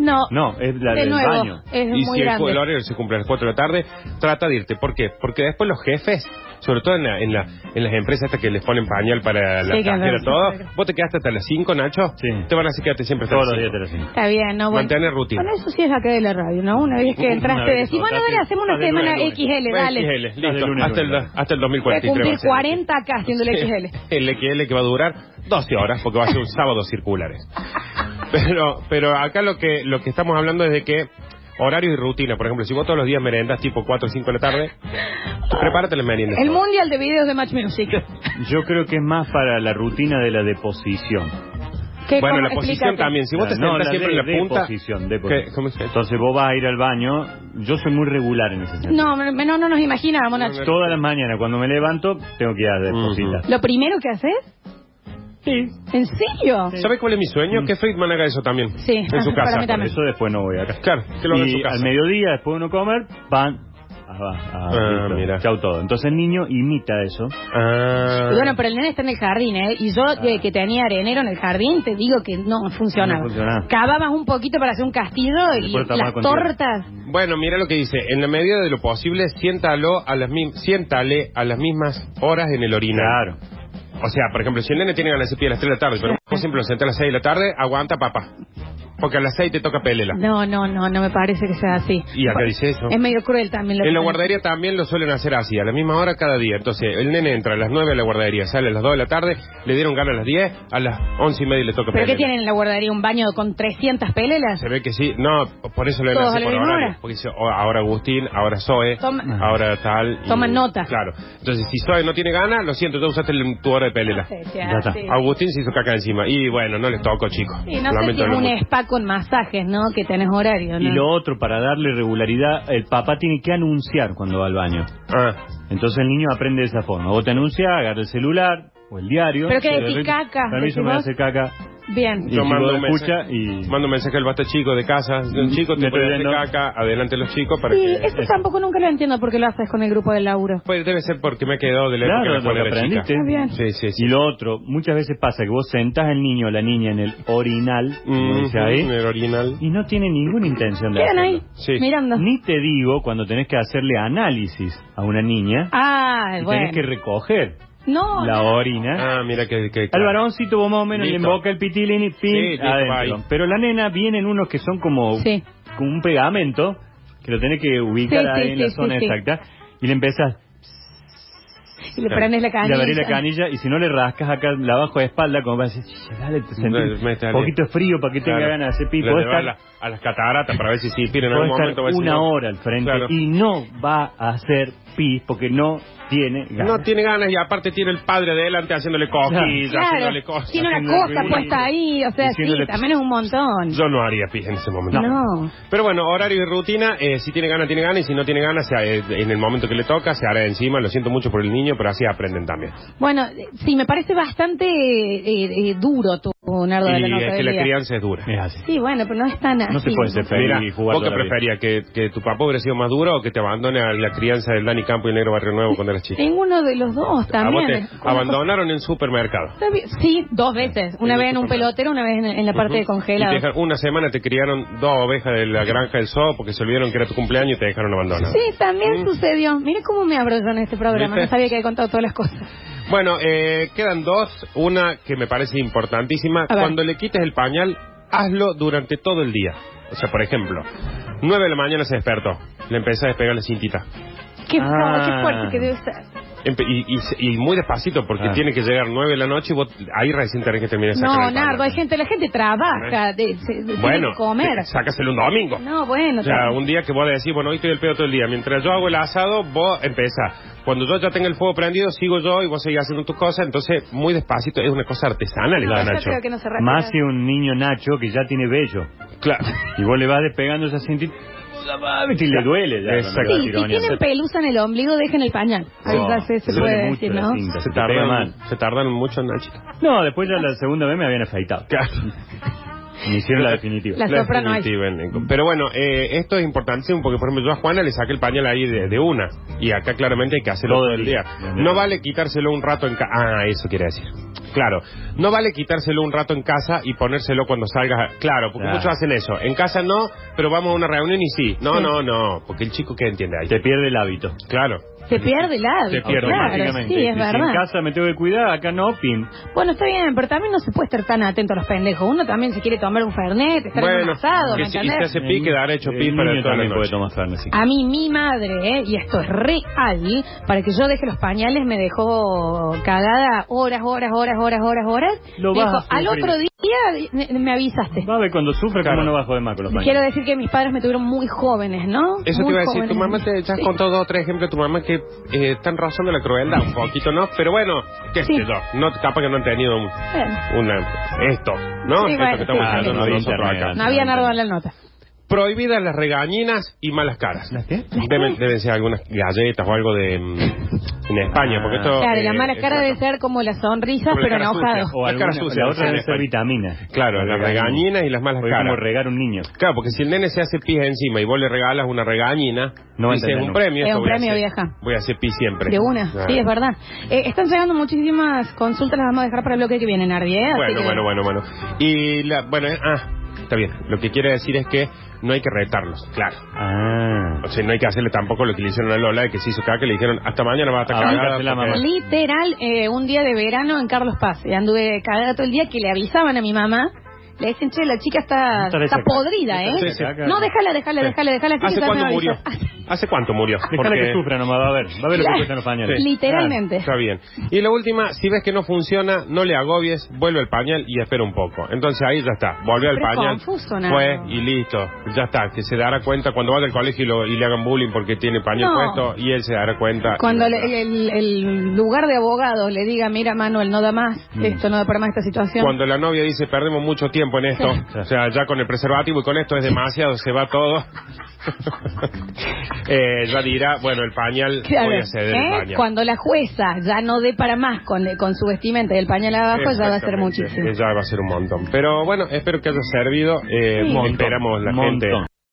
[SPEAKER 1] No,
[SPEAKER 2] No, es la
[SPEAKER 1] de
[SPEAKER 2] del
[SPEAKER 1] nuevo,
[SPEAKER 2] baño.
[SPEAKER 1] es
[SPEAKER 3] y
[SPEAKER 1] muy
[SPEAKER 3] si el,
[SPEAKER 1] grande.
[SPEAKER 3] el horario se cumple a las 4 de la tarde, trata de irte. ¿Por qué? Porque después los jefes, sobre todo en, la- en la- en las empresas estas que les ponen pañal para la
[SPEAKER 1] Sí, que
[SPEAKER 3] cajera,
[SPEAKER 1] es
[SPEAKER 3] todo,
[SPEAKER 1] verdad.
[SPEAKER 3] vos te quedaste hasta las 5, Nacho,
[SPEAKER 2] Sí.
[SPEAKER 3] te van a hacer quedarte siempre hasta
[SPEAKER 2] Todos
[SPEAKER 3] las
[SPEAKER 2] los días
[SPEAKER 3] cinco.
[SPEAKER 2] te la hacen.
[SPEAKER 1] Está bien, no, bueno.
[SPEAKER 3] Mantener rutina.
[SPEAKER 1] Bueno, eso sí es acá de la radio, ¿no? Una vez que
[SPEAKER 2] Una
[SPEAKER 1] entraste,
[SPEAKER 2] vez que
[SPEAKER 1] decís, bueno,
[SPEAKER 2] soltaste,
[SPEAKER 1] dale, hacemos una
[SPEAKER 2] dale,
[SPEAKER 1] semana
[SPEAKER 2] dale,
[SPEAKER 1] XL, dale.
[SPEAKER 3] XL,
[SPEAKER 2] Dale,
[SPEAKER 3] listo,
[SPEAKER 2] lunes,
[SPEAKER 3] hasta, el,
[SPEAKER 2] lunes.
[SPEAKER 3] hasta el
[SPEAKER 1] Voy a
[SPEAKER 3] 2043. va
[SPEAKER 1] cumplir
[SPEAKER 3] a ser.
[SPEAKER 1] 40 acá haciendo el XL.
[SPEAKER 3] El XL que va a durar 12 horas porque va a ser un sábado circulares. Pero, pero acá lo que, lo que estamos hablando es de que horario y rutina. Por ejemplo, si vos todos los días merendas tipo 4 o 5 de la tarde, prepárate la merienda.
[SPEAKER 1] Ah. El mundial de videos de Match Music.
[SPEAKER 2] Yo creo que es más para la rutina de la deposición.
[SPEAKER 1] ¿Qué,
[SPEAKER 3] Bueno,
[SPEAKER 1] cómo?
[SPEAKER 3] la posición
[SPEAKER 1] Explícate.
[SPEAKER 3] también. Si vos te
[SPEAKER 2] No,
[SPEAKER 3] sentás
[SPEAKER 2] la
[SPEAKER 3] siempre
[SPEAKER 2] de-
[SPEAKER 3] en la punta...
[SPEAKER 2] deposición, deposición.
[SPEAKER 3] ¿Qué? ¿Cómo es esto?
[SPEAKER 2] Entonces vos vas a ir al baño. Yo soy muy regular en ese sentido.
[SPEAKER 1] No, me- no, no nos imaginábamos,
[SPEAKER 3] No,
[SPEAKER 1] Nacho.
[SPEAKER 3] no.
[SPEAKER 2] Todas las mañanas cuando me levanto tengo que ir a depositar.
[SPEAKER 1] ¿Lo primero que haces?
[SPEAKER 2] Sí.
[SPEAKER 1] ¿En serio?
[SPEAKER 3] ¿Sabes cuál es mi
[SPEAKER 2] Mm.
[SPEAKER 3] sueño? Que Friedman haga eso también.
[SPEAKER 1] Sí, ah,
[SPEAKER 3] en su
[SPEAKER 1] para
[SPEAKER 3] casa.
[SPEAKER 1] mí también.
[SPEAKER 2] Eso después no voy a
[SPEAKER 3] Claro, que lo haga en su
[SPEAKER 2] Y
[SPEAKER 3] casa.
[SPEAKER 2] al mediodía, después uno comer, pan. Ah, va, ah,
[SPEAKER 3] Ah,
[SPEAKER 2] listo.
[SPEAKER 3] mira.
[SPEAKER 2] Chau todo. Entonces el niño imita eso.
[SPEAKER 3] Ah.
[SPEAKER 1] Y bueno, pero el nene está en el jardín, ¿eh? Y yo, de que tenía arenero en el jardín, te digo que no funcionaba.
[SPEAKER 2] No funcionaba.
[SPEAKER 1] Cavabas un poquito para hacer un castillo y
[SPEAKER 2] Después tapaba
[SPEAKER 1] las
[SPEAKER 2] con
[SPEAKER 1] tortas.
[SPEAKER 3] Bueno, mira lo que dice. En la medida de lo posible, siéntalo a las mim- siéntale a las mismas horas en el orinal.
[SPEAKER 2] Claro.
[SPEAKER 3] O sea, por ejemplo, si el nene tiene ganas de hacer pie a las 3 de la tarde, pero por ejemplo, senté a las 6 de la tarde, aguanta, papá. Porque a las 6 te toca pelela.
[SPEAKER 1] No, no, no, no me parece que sea así.
[SPEAKER 3] Y acá dice eso.
[SPEAKER 1] Es medio cruel también. Lo que
[SPEAKER 3] En la
[SPEAKER 1] me-
[SPEAKER 3] guardería también lo suelen hacer así, a la misma hora cada día. Entonces, el nene entra a las 9 a la guardería, sale a las 2 de la tarde, le dieron ganas a las 10, a las 11 y media le toca
[SPEAKER 1] ¿Pero qué
[SPEAKER 3] pelela.
[SPEAKER 1] tienen en la guardería? ¿Un baño con 300 pelelas?
[SPEAKER 3] Se ve que sí, no, por eso lo ven
[SPEAKER 1] Todos
[SPEAKER 3] así
[SPEAKER 1] a la
[SPEAKER 3] por
[SPEAKER 1] misma
[SPEAKER 3] horario.
[SPEAKER 1] hora.
[SPEAKER 3] Porque dice, oh, ahora Agustín, ahora Zoe,
[SPEAKER 1] Toma-
[SPEAKER 3] ahora tal. y-
[SPEAKER 1] Toma nota.
[SPEAKER 3] Claro. Entonces, si Zoe no tiene ganas, lo siento, tú usaste el- tu hora de pelela.
[SPEAKER 1] Ah, Sí, sí,
[SPEAKER 2] Ya está.
[SPEAKER 1] sí.
[SPEAKER 3] Agustín se hizo caca encima. Y bueno, no les tocó, chicos.
[SPEAKER 1] Y no sé si
[SPEAKER 3] Lamento
[SPEAKER 1] es
[SPEAKER 3] lo
[SPEAKER 1] un
[SPEAKER 3] mucho.
[SPEAKER 1] spa con masajes, ¿no? Que tenés horario, ¿no?
[SPEAKER 2] Y lo otro, para darle regularidad, el papá tiene que anunciar cuando va al baño.
[SPEAKER 3] Ah,
[SPEAKER 2] Entonces el niño aprende de esa forma. Vos te anuncias, agarra el celular o el diario.
[SPEAKER 1] Pero que
[SPEAKER 2] y de
[SPEAKER 1] decís
[SPEAKER 2] repente,
[SPEAKER 1] caca, decís
[SPEAKER 2] Permiso, me voy a
[SPEAKER 1] vos.
[SPEAKER 2] hacer caca.
[SPEAKER 1] Bien.
[SPEAKER 2] Y
[SPEAKER 3] yo
[SPEAKER 2] si
[SPEAKER 3] mando
[SPEAKER 2] vos
[SPEAKER 3] un,
[SPEAKER 2] escucha
[SPEAKER 3] mensaje,
[SPEAKER 2] y... Mm,
[SPEAKER 3] mando un mensaje al basta chico de casa. De un chico
[SPEAKER 2] Me
[SPEAKER 3] te
[SPEAKER 2] estoy
[SPEAKER 3] puede hacer
[SPEAKER 2] viendo.
[SPEAKER 3] caca, adelante los chicos para
[SPEAKER 1] Y
[SPEAKER 3] que...
[SPEAKER 1] eso tampoco nunca lo entiendo porque lo haces con el grupo del laburo.
[SPEAKER 3] Pues debe ser porque me he quedado de la
[SPEAKER 2] Claro,
[SPEAKER 3] época
[SPEAKER 2] lo
[SPEAKER 3] en
[SPEAKER 2] que
[SPEAKER 3] la cual era
[SPEAKER 2] aprendiste.
[SPEAKER 3] chica.
[SPEAKER 1] Está bien.
[SPEAKER 3] Sí, sí, sí.
[SPEAKER 2] Y lo otro, muchas veces pasa que vos sentás al niño o la niña en el orinal, como
[SPEAKER 3] Mm,
[SPEAKER 2] dice ahí,
[SPEAKER 3] en el orinal.
[SPEAKER 2] y no tiene ninguna intención de
[SPEAKER 1] Quedan
[SPEAKER 2] hacerlo.
[SPEAKER 1] ahí,
[SPEAKER 3] Sí.
[SPEAKER 1] mirando.
[SPEAKER 2] Ni te digo cuando tenés que hacerle análisis a una niña
[SPEAKER 1] Ah,
[SPEAKER 2] y
[SPEAKER 1] bueno.
[SPEAKER 2] tenés que recoger
[SPEAKER 1] No,
[SPEAKER 2] la
[SPEAKER 1] no.
[SPEAKER 2] orina.
[SPEAKER 3] Ah, mira que... que
[SPEAKER 2] Al varoncito vos más o menos le
[SPEAKER 3] Listo.
[SPEAKER 2] emboca el pitilín y pin
[SPEAKER 3] Sí, listo,
[SPEAKER 2] adentro.
[SPEAKER 3] bye.
[SPEAKER 2] Pero la nena vienen unos que son como
[SPEAKER 1] Sí.
[SPEAKER 2] con un pegamento que lo tenés que ubicar
[SPEAKER 1] Sí,
[SPEAKER 2] ahí
[SPEAKER 1] sí,
[SPEAKER 2] en la
[SPEAKER 1] sí,
[SPEAKER 2] zona
[SPEAKER 1] sí, sí.
[SPEAKER 2] exacta y le empezás
[SPEAKER 1] Y le prendes la
[SPEAKER 2] y le
[SPEAKER 1] canilla.
[SPEAKER 2] abrís la canilla y si no le rascas acá la bajo de espalda como para decir, "Che, dale, te sentí
[SPEAKER 3] Dale, métale.
[SPEAKER 2] un poquito frío para que tenga
[SPEAKER 3] Claro.
[SPEAKER 2] ganas de hacer
[SPEAKER 3] La
[SPEAKER 2] pipo.
[SPEAKER 3] lleva a, la- a las cataratas para ver si se inspira en
[SPEAKER 2] Puede
[SPEAKER 3] algún
[SPEAKER 2] estar
[SPEAKER 3] momento. va a decir,
[SPEAKER 2] una
[SPEAKER 3] no.
[SPEAKER 2] hora al frente
[SPEAKER 3] Claro.
[SPEAKER 2] y no va a hacer pis porque no tiene ganas.
[SPEAKER 3] No tiene ganas y aparte tiene el padre de adelante haciéndole cosquillas, haciéndole
[SPEAKER 1] Claro,
[SPEAKER 3] cosas.
[SPEAKER 1] tiene una
[SPEAKER 2] haciendo
[SPEAKER 1] cosa
[SPEAKER 2] ruido,
[SPEAKER 1] puesta ahí, o sea, sí,
[SPEAKER 2] diciéndole-
[SPEAKER 1] también es un montón.
[SPEAKER 3] Yo no haría pis en ese momento.
[SPEAKER 1] No.
[SPEAKER 3] Pero bueno, horario y rutina, eh, si tiene ganas, tiene ganas, y si no tiene ganas, se, eh, en el momento que le toca, se hará encima. Lo siento mucho por el niño, pero así aprenden también.
[SPEAKER 1] Bueno, eh, sí, me parece bastante eh, eh, duro tu Nardo de la
[SPEAKER 3] Y
[SPEAKER 1] nota
[SPEAKER 3] es que
[SPEAKER 1] del
[SPEAKER 3] la
[SPEAKER 1] día.
[SPEAKER 3] crianza es dura.
[SPEAKER 2] Es así.
[SPEAKER 1] Sí, bueno, pero no es tan así.
[SPEAKER 2] No se puede ser feliz
[SPEAKER 3] Eh, Mira,
[SPEAKER 2] y jugar
[SPEAKER 3] ¿vos qué
[SPEAKER 2] toda la vida.
[SPEAKER 3] preferías? ¿Que, que tu papá hubiera sido más duro o que te abandone a la crianza del Dani campo y el negro barrio nuevo cuando eras chica.
[SPEAKER 1] Ninguno de los dos
[SPEAKER 3] A vos
[SPEAKER 1] también. ¿eh?
[SPEAKER 3] te abandonaron en supermercado.
[SPEAKER 1] Está bien. Sí, dos veces. Una
[SPEAKER 3] En
[SPEAKER 1] vez
[SPEAKER 3] el
[SPEAKER 1] en un
[SPEAKER 3] supermercado.
[SPEAKER 1] pelotero, una vez en, en la parte de
[SPEAKER 3] Y
[SPEAKER 1] congelado.
[SPEAKER 3] te dejaron- una semana te criaron dos ovejas de la granja del zoo porque se olvidaron que era tu cumpleaños y te dejaron abandonado.
[SPEAKER 1] Sí, también sucedió. Mira cómo me abro yo en este programa.
[SPEAKER 3] ¿Viste?
[SPEAKER 1] No sabía que había contado todas las cosas.
[SPEAKER 3] Bueno, eh, quedan dos. Una que me parece importantísima.
[SPEAKER 1] A ver.
[SPEAKER 3] Cuando le quites el pañal, hazlo durante todo el día. O sea, por ejemplo, 9 de la mañana se despertó. Le empecé a despegar la cintita.
[SPEAKER 1] Qué,
[SPEAKER 2] Ah.
[SPEAKER 1] feo, qué fuerte que debe estar.
[SPEAKER 3] Empe- y, y- y muy despacito porque
[SPEAKER 2] Ah.
[SPEAKER 3] tiene que llegar 9 de la noche y vos ahí recién tenés que terminar de sacar
[SPEAKER 1] No,
[SPEAKER 3] el pañal.
[SPEAKER 1] Nardo, hay gente, la gente trabaja, de, se- de- tiene
[SPEAKER 3] Bueno,
[SPEAKER 1] que comer.
[SPEAKER 3] te- sácaselo un domingo.
[SPEAKER 1] No, bueno.
[SPEAKER 3] O sea,
[SPEAKER 1] también.
[SPEAKER 3] un día que vos decís, bueno, hoy estoy el pedo todo el día. Mientras yo hago el asado, vos empezás. Cuando yo ya tenga el fuego prendido, sigo yo y vos seguís haciendo tus cosas. Entonces, muy despacito. Es una cosa artesanal,
[SPEAKER 1] No,
[SPEAKER 3] ¿verdad,
[SPEAKER 1] yo
[SPEAKER 3] Nacho?
[SPEAKER 1] creo que no se retira.
[SPEAKER 2] Más si un niño Nacho que ya tiene vello.
[SPEAKER 3] Claro.
[SPEAKER 2] Y vos le vas despegando esa cintita. Y le duele ya.
[SPEAKER 3] Exacto.
[SPEAKER 2] cuando
[SPEAKER 1] Sí,
[SPEAKER 2] la
[SPEAKER 1] si
[SPEAKER 2] tironean.
[SPEAKER 1] tienen pelusa en el ombligo, dejen el pañal. Ahí
[SPEAKER 2] No,
[SPEAKER 1] ya se, se
[SPEAKER 2] duele
[SPEAKER 1] puede
[SPEAKER 2] mucho
[SPEAKER 1] decir,
[SPEAKER 2] la
[SPEAKER 1] ¿no?
[SPEAKER 2] cinta,
[SPEAKER 3] Se
[SPEAKER 2] te pega
[SPEAKER 3] tardan,
[SPEAKER 2] mal.
[SPEAKER 3] se tardan mucho, Nachito.
[SPEAKER 2] No, después ya la segunda vez me habían afeitado. Me hicieron la definitiva.
[SPEAKER 1] La soprano
[SPEAKER 3] definitiva, en- Pero bueno, eh, esto es importantísimo porque, por ejemplo, yo a Juana le saqué el pañal ahí de, de una. Y acá claramente hay que hacerlo todo el día.
[SPEAKER 2] Bien,
[SPEAKER 3] No
[SPEAKER 2] bien.
[SPEAKER 3] vale quitárselo un rato en casa. Ah, eso quiere decir. Claro. No vale quitárselo un rato en casa y ponérselo cuando salgas. a- Claro, porque
[SPEAKER 2] Claro.
[SPEAKER 3] muchos hacen eso. En casa no, pero vamos a una reunión y sí. No,
[SPEAKER 1] Sí.
[SPEAKER 3] no, no. Porque el chico que entiende ahí.
[SPEAKER 2] Te pierde el hábito.
[SPEAKER 3] Claro.
[SPEAKER 1] Se pierde el
[SPEAKER 3] Se
[SPEAKER 1] hábito.
[SPEAKER 3] pierde
[SPEAKER 1] claro,
[SPEAKER 2] automáticamente.
[SPEAKER 1] sí, es
[SPEAKER 2] Dice,
[SPEAKER 1] verdad.
[SPEAKER 2] En casa me tengo que cuidar, acá no, pin.
[SPEAKER 1] Bueno, está bien, pero también no se puede estar tan atento a los pendejos. Uno también se quiere tomar un fernet, estar en un asado,
[SPEAKER 3] que
[SPEAKER 1] ¿me
[SPEAKER 3] si- y se
[SPEAKER 1] entendés?
[SPEAKER 3] hace pi, quedará hecho
[SPEAKER 2] El
[SPEAKER 3] pi para
[SPEAKER 2] niño
[SPEAKER 3] toda la
[SPEAKER 2] también puede
[SPEAKER 3] noche.
[SPEAKER 2] tomar fernet, sí.
[SPEAKER 1] A mí, mi madre, ¿eh? y esto es real, para que yo deje los pañales me dejó cagada horas, horas, horas, horas, horas, horas.
[SPEAKER 2] Lo
[SPEAKER 1] Me
[SPEAKER 2] vas
[SPEAKER 1] dijo,
[SPEAKER 2] a
[SPEAKER 1] al
[SPEAKER 2] sufrir".
[SPEAKER 1] otro día me- me avisaste.
[SPEAKER 2] Va a ver cuando sufre
[SPEAKER 3] Claro.
[SPEAKER 2] cómo no va a joder más con los
[SPEAKER 1] Quiero
[SPEAKER 2] pañales.
[SPEAKER 1] decir que mis padres me tuvieron muy jóvenes, ¿no?
[SPEAKER 3] Eso
[SPEAKER 1] Muy
[SPEAKER 3] te iba a decir,
[SPEAKER 1] jóvenes.
[SPEAKER 3] tu mamá te ya has
[SPEAKER 1] Sí.
[SPEAKER 3] contado dos o tres ejemplos de tu mamá que eh, están razón de la crueldad, un poquito, ¿no? Pero bueno, qué
[SPEAKER 1] Sí.
[SPEAKER 3] sé yo, no, capaz que no han tenido un-
[SPEAKER 1] Bueno,
[SPEAKER 3] una, esto, ¿no?
[SPEAKER 1] Sí,
[SPEAKER 3] esto
[SPEAKER 1] bueno,
[SPEAKER 3] que estamos
[SPEAKER 1] sí,
[SPEAKER 3] hablando
[SPEAKER 1] sí.
[SPEAKER 2] No había
[SPEAKER 3] nosotros
[SPEAKER 2] internet
[SPEAKER 3] acá.
[SPEAKER 2] antes.
[SPEAKER 1] No había nardo en la nota.
[SPEAKER 3] Prohibidas las regañinas y malas caras.
[SPEAKER 2] ¿Las qué?
[SPEAKER 3] Deben, deben ser algunas galletas o algo de mm, en España, porque esto...
[SPEAKER 1] Claro, la
[SPEAKER 3] eh,
[SPEAKER 1] mala
[SPEAKER 3] es
[SPEAKER 1] cara
[SPEAKER 3] una-
[SPEAKER 1] debe ser como las sonrisas,
[SPEAKER 3] Como la
[SPEAKER 1] pero
[SPEAKER 3] cara sucia.
[SPEAKER 1] enojado.
[SPEAKER 2] O
[SPEAKER 3] La cara
[SPEAKER 2] alguna,
[SPEAKER 3] sucia,
[SPEAKER 2] la otra
[SPEAKER 3] sí,
[SPEAKER 2] debe ser
[SPEAKER 3] España.
[SPEAKER 2] vitamina.
[SPEAKER 3] Claro, las regañinas y las malas
[SPEAKER 2] Porque es
[SPEAKER 3] caras.
[SPEAKER 2] como regar un niño.
[SPEAKER 3] Claro, porque si el nene se hace pis encima y vos le regalas una regañina,
[SPEAKER 2] No va a
[SPEAKER 3] dices,
[SPEAKER 2] entender
[SPEAKER 3] es un
[SPEAKER 2] nunca.
[SPEAKER 3] premio.
[SPEAKER 1] Es
[SPEAKER 3] esto
[SPEAKER 1] un
[SPEAKER 3] voy a
[SPEAKER 1] premio,
[SPEAKER 3] hacer-
[SPEAKER 1] vieja.
[SPEAKER 3] Voy a hacer pis siempre.
[SPEAKER 1] De una,
[SPEAKER 3] Claro.
[SPEAKER 1] sí, es verdad. Eh, están llegando muchísimas consultas, las vamos a dejar para el bloque que viene, Nardi. ¿eh? Así
[SPEAKER 3] Bueno,
[SPEAKER 1] que-
[SPEAKER 3] bueno, bueno, bueno. Y la, bueno, eh, ah, está bien. Lo que quiere decir es que no hay que retarlos, claro.
[SPEAKER 2] Ah.
[SPEAKER 3] O sea, no hay que hacerle tampoco lo que le hicieron a Lola, de que se hizo caca, que le dijeron, hasta mañana vas a
[SPEAKER 2] Ah,
[SPEAKER 3] estar cagada,
[SPEAKER 2] hace la
[SPEAKER 3] porque-
[SPEAKER 2] mamá.
[SPEAKER 1] Literal, eh, un día de verano en Carlos Paz. Y anduve cagada todo el día que le avisaban a mi mamá. Le dicen, che, la chica está,
[SPEAKER 2] Está de
[SPEAKER 1] está
[SPEAKER 2] saca.
[SPEAKER 1] podrida, ¿eh?
[SPEAKER 3] Sí, sí.
[SPEAKER 1] No, déjala, déjala, déjala, déjala. así
[SPEAKER 3] ¿Hace
[SPEAKER 1] que ya me
[SPEAKER 3] cuánto murió?
[SPEAKER 1] avisa.
[SPEAKER 3] ¿Hace cuánto murió?
[SPEAKER 2] Déjala que sufra nomás, va a ver. Va a ver lo que cuestan los pañales.
[SPEAKER 3] Sí.
[SPEAKER 1] Literalmente.
[SPEAKER 3] Está bien. Y la última, si ves que no funciona, no le agobies, vuelve al pañal y espera un poco. Entonces ahí ya está, volvió al
[SPEAKER 1] Pero es
[SPEAKER 3] pañal.
[SPEAKER 1] confuso, Nardo.
[SPEAKER 3] fue y listo, ya está. Que se dará cuenta cuando vaya al colegio y, lo- y le hagan bullying porque tiene pañal
[SPEAKER 1] No.
[SPEAKER 3] puesto y él se dará cuenta.
[SPEAKER 1] Cuando
[SPEAKER 3] Y-
[SPEAKER 1] le- el, el lugar de abogados le diga, mira, Manuel, no da más,
[SPEAKER 2] Mm.
[SPEAKER 1] esto no da para más esta situación.
[SPEAKER 3] Cuando la novia dice perdemos mucho tiempo en esto, o sea, ya con el preservativo y con esto es demasiado, se va todo. eh, ya dirá, bueno, el pañal,
[SPEAKER 1] Claro,
[SPEAKER 3] voy a ceder
[SPEAKER 1] ¿eh?
[SPEAKER 3] el pañal.
[SPEAKER 1] Cuando la jueza ya no dé para más con, con su vestimenta y el pañal abajo, ya va a ser
[SPEAKER 3] Exactamente,
[SPEAKER 1] muchísimo.
[SPEAKER 3] Ya va a ser un montón. Pero bueno, espero que haya servido. Eh,
[SPEAKER 1] Sí.
[SPEAKER 3] Esperamos la
[SPEAKER 2] Montón.
[SPEAKER 3] gente.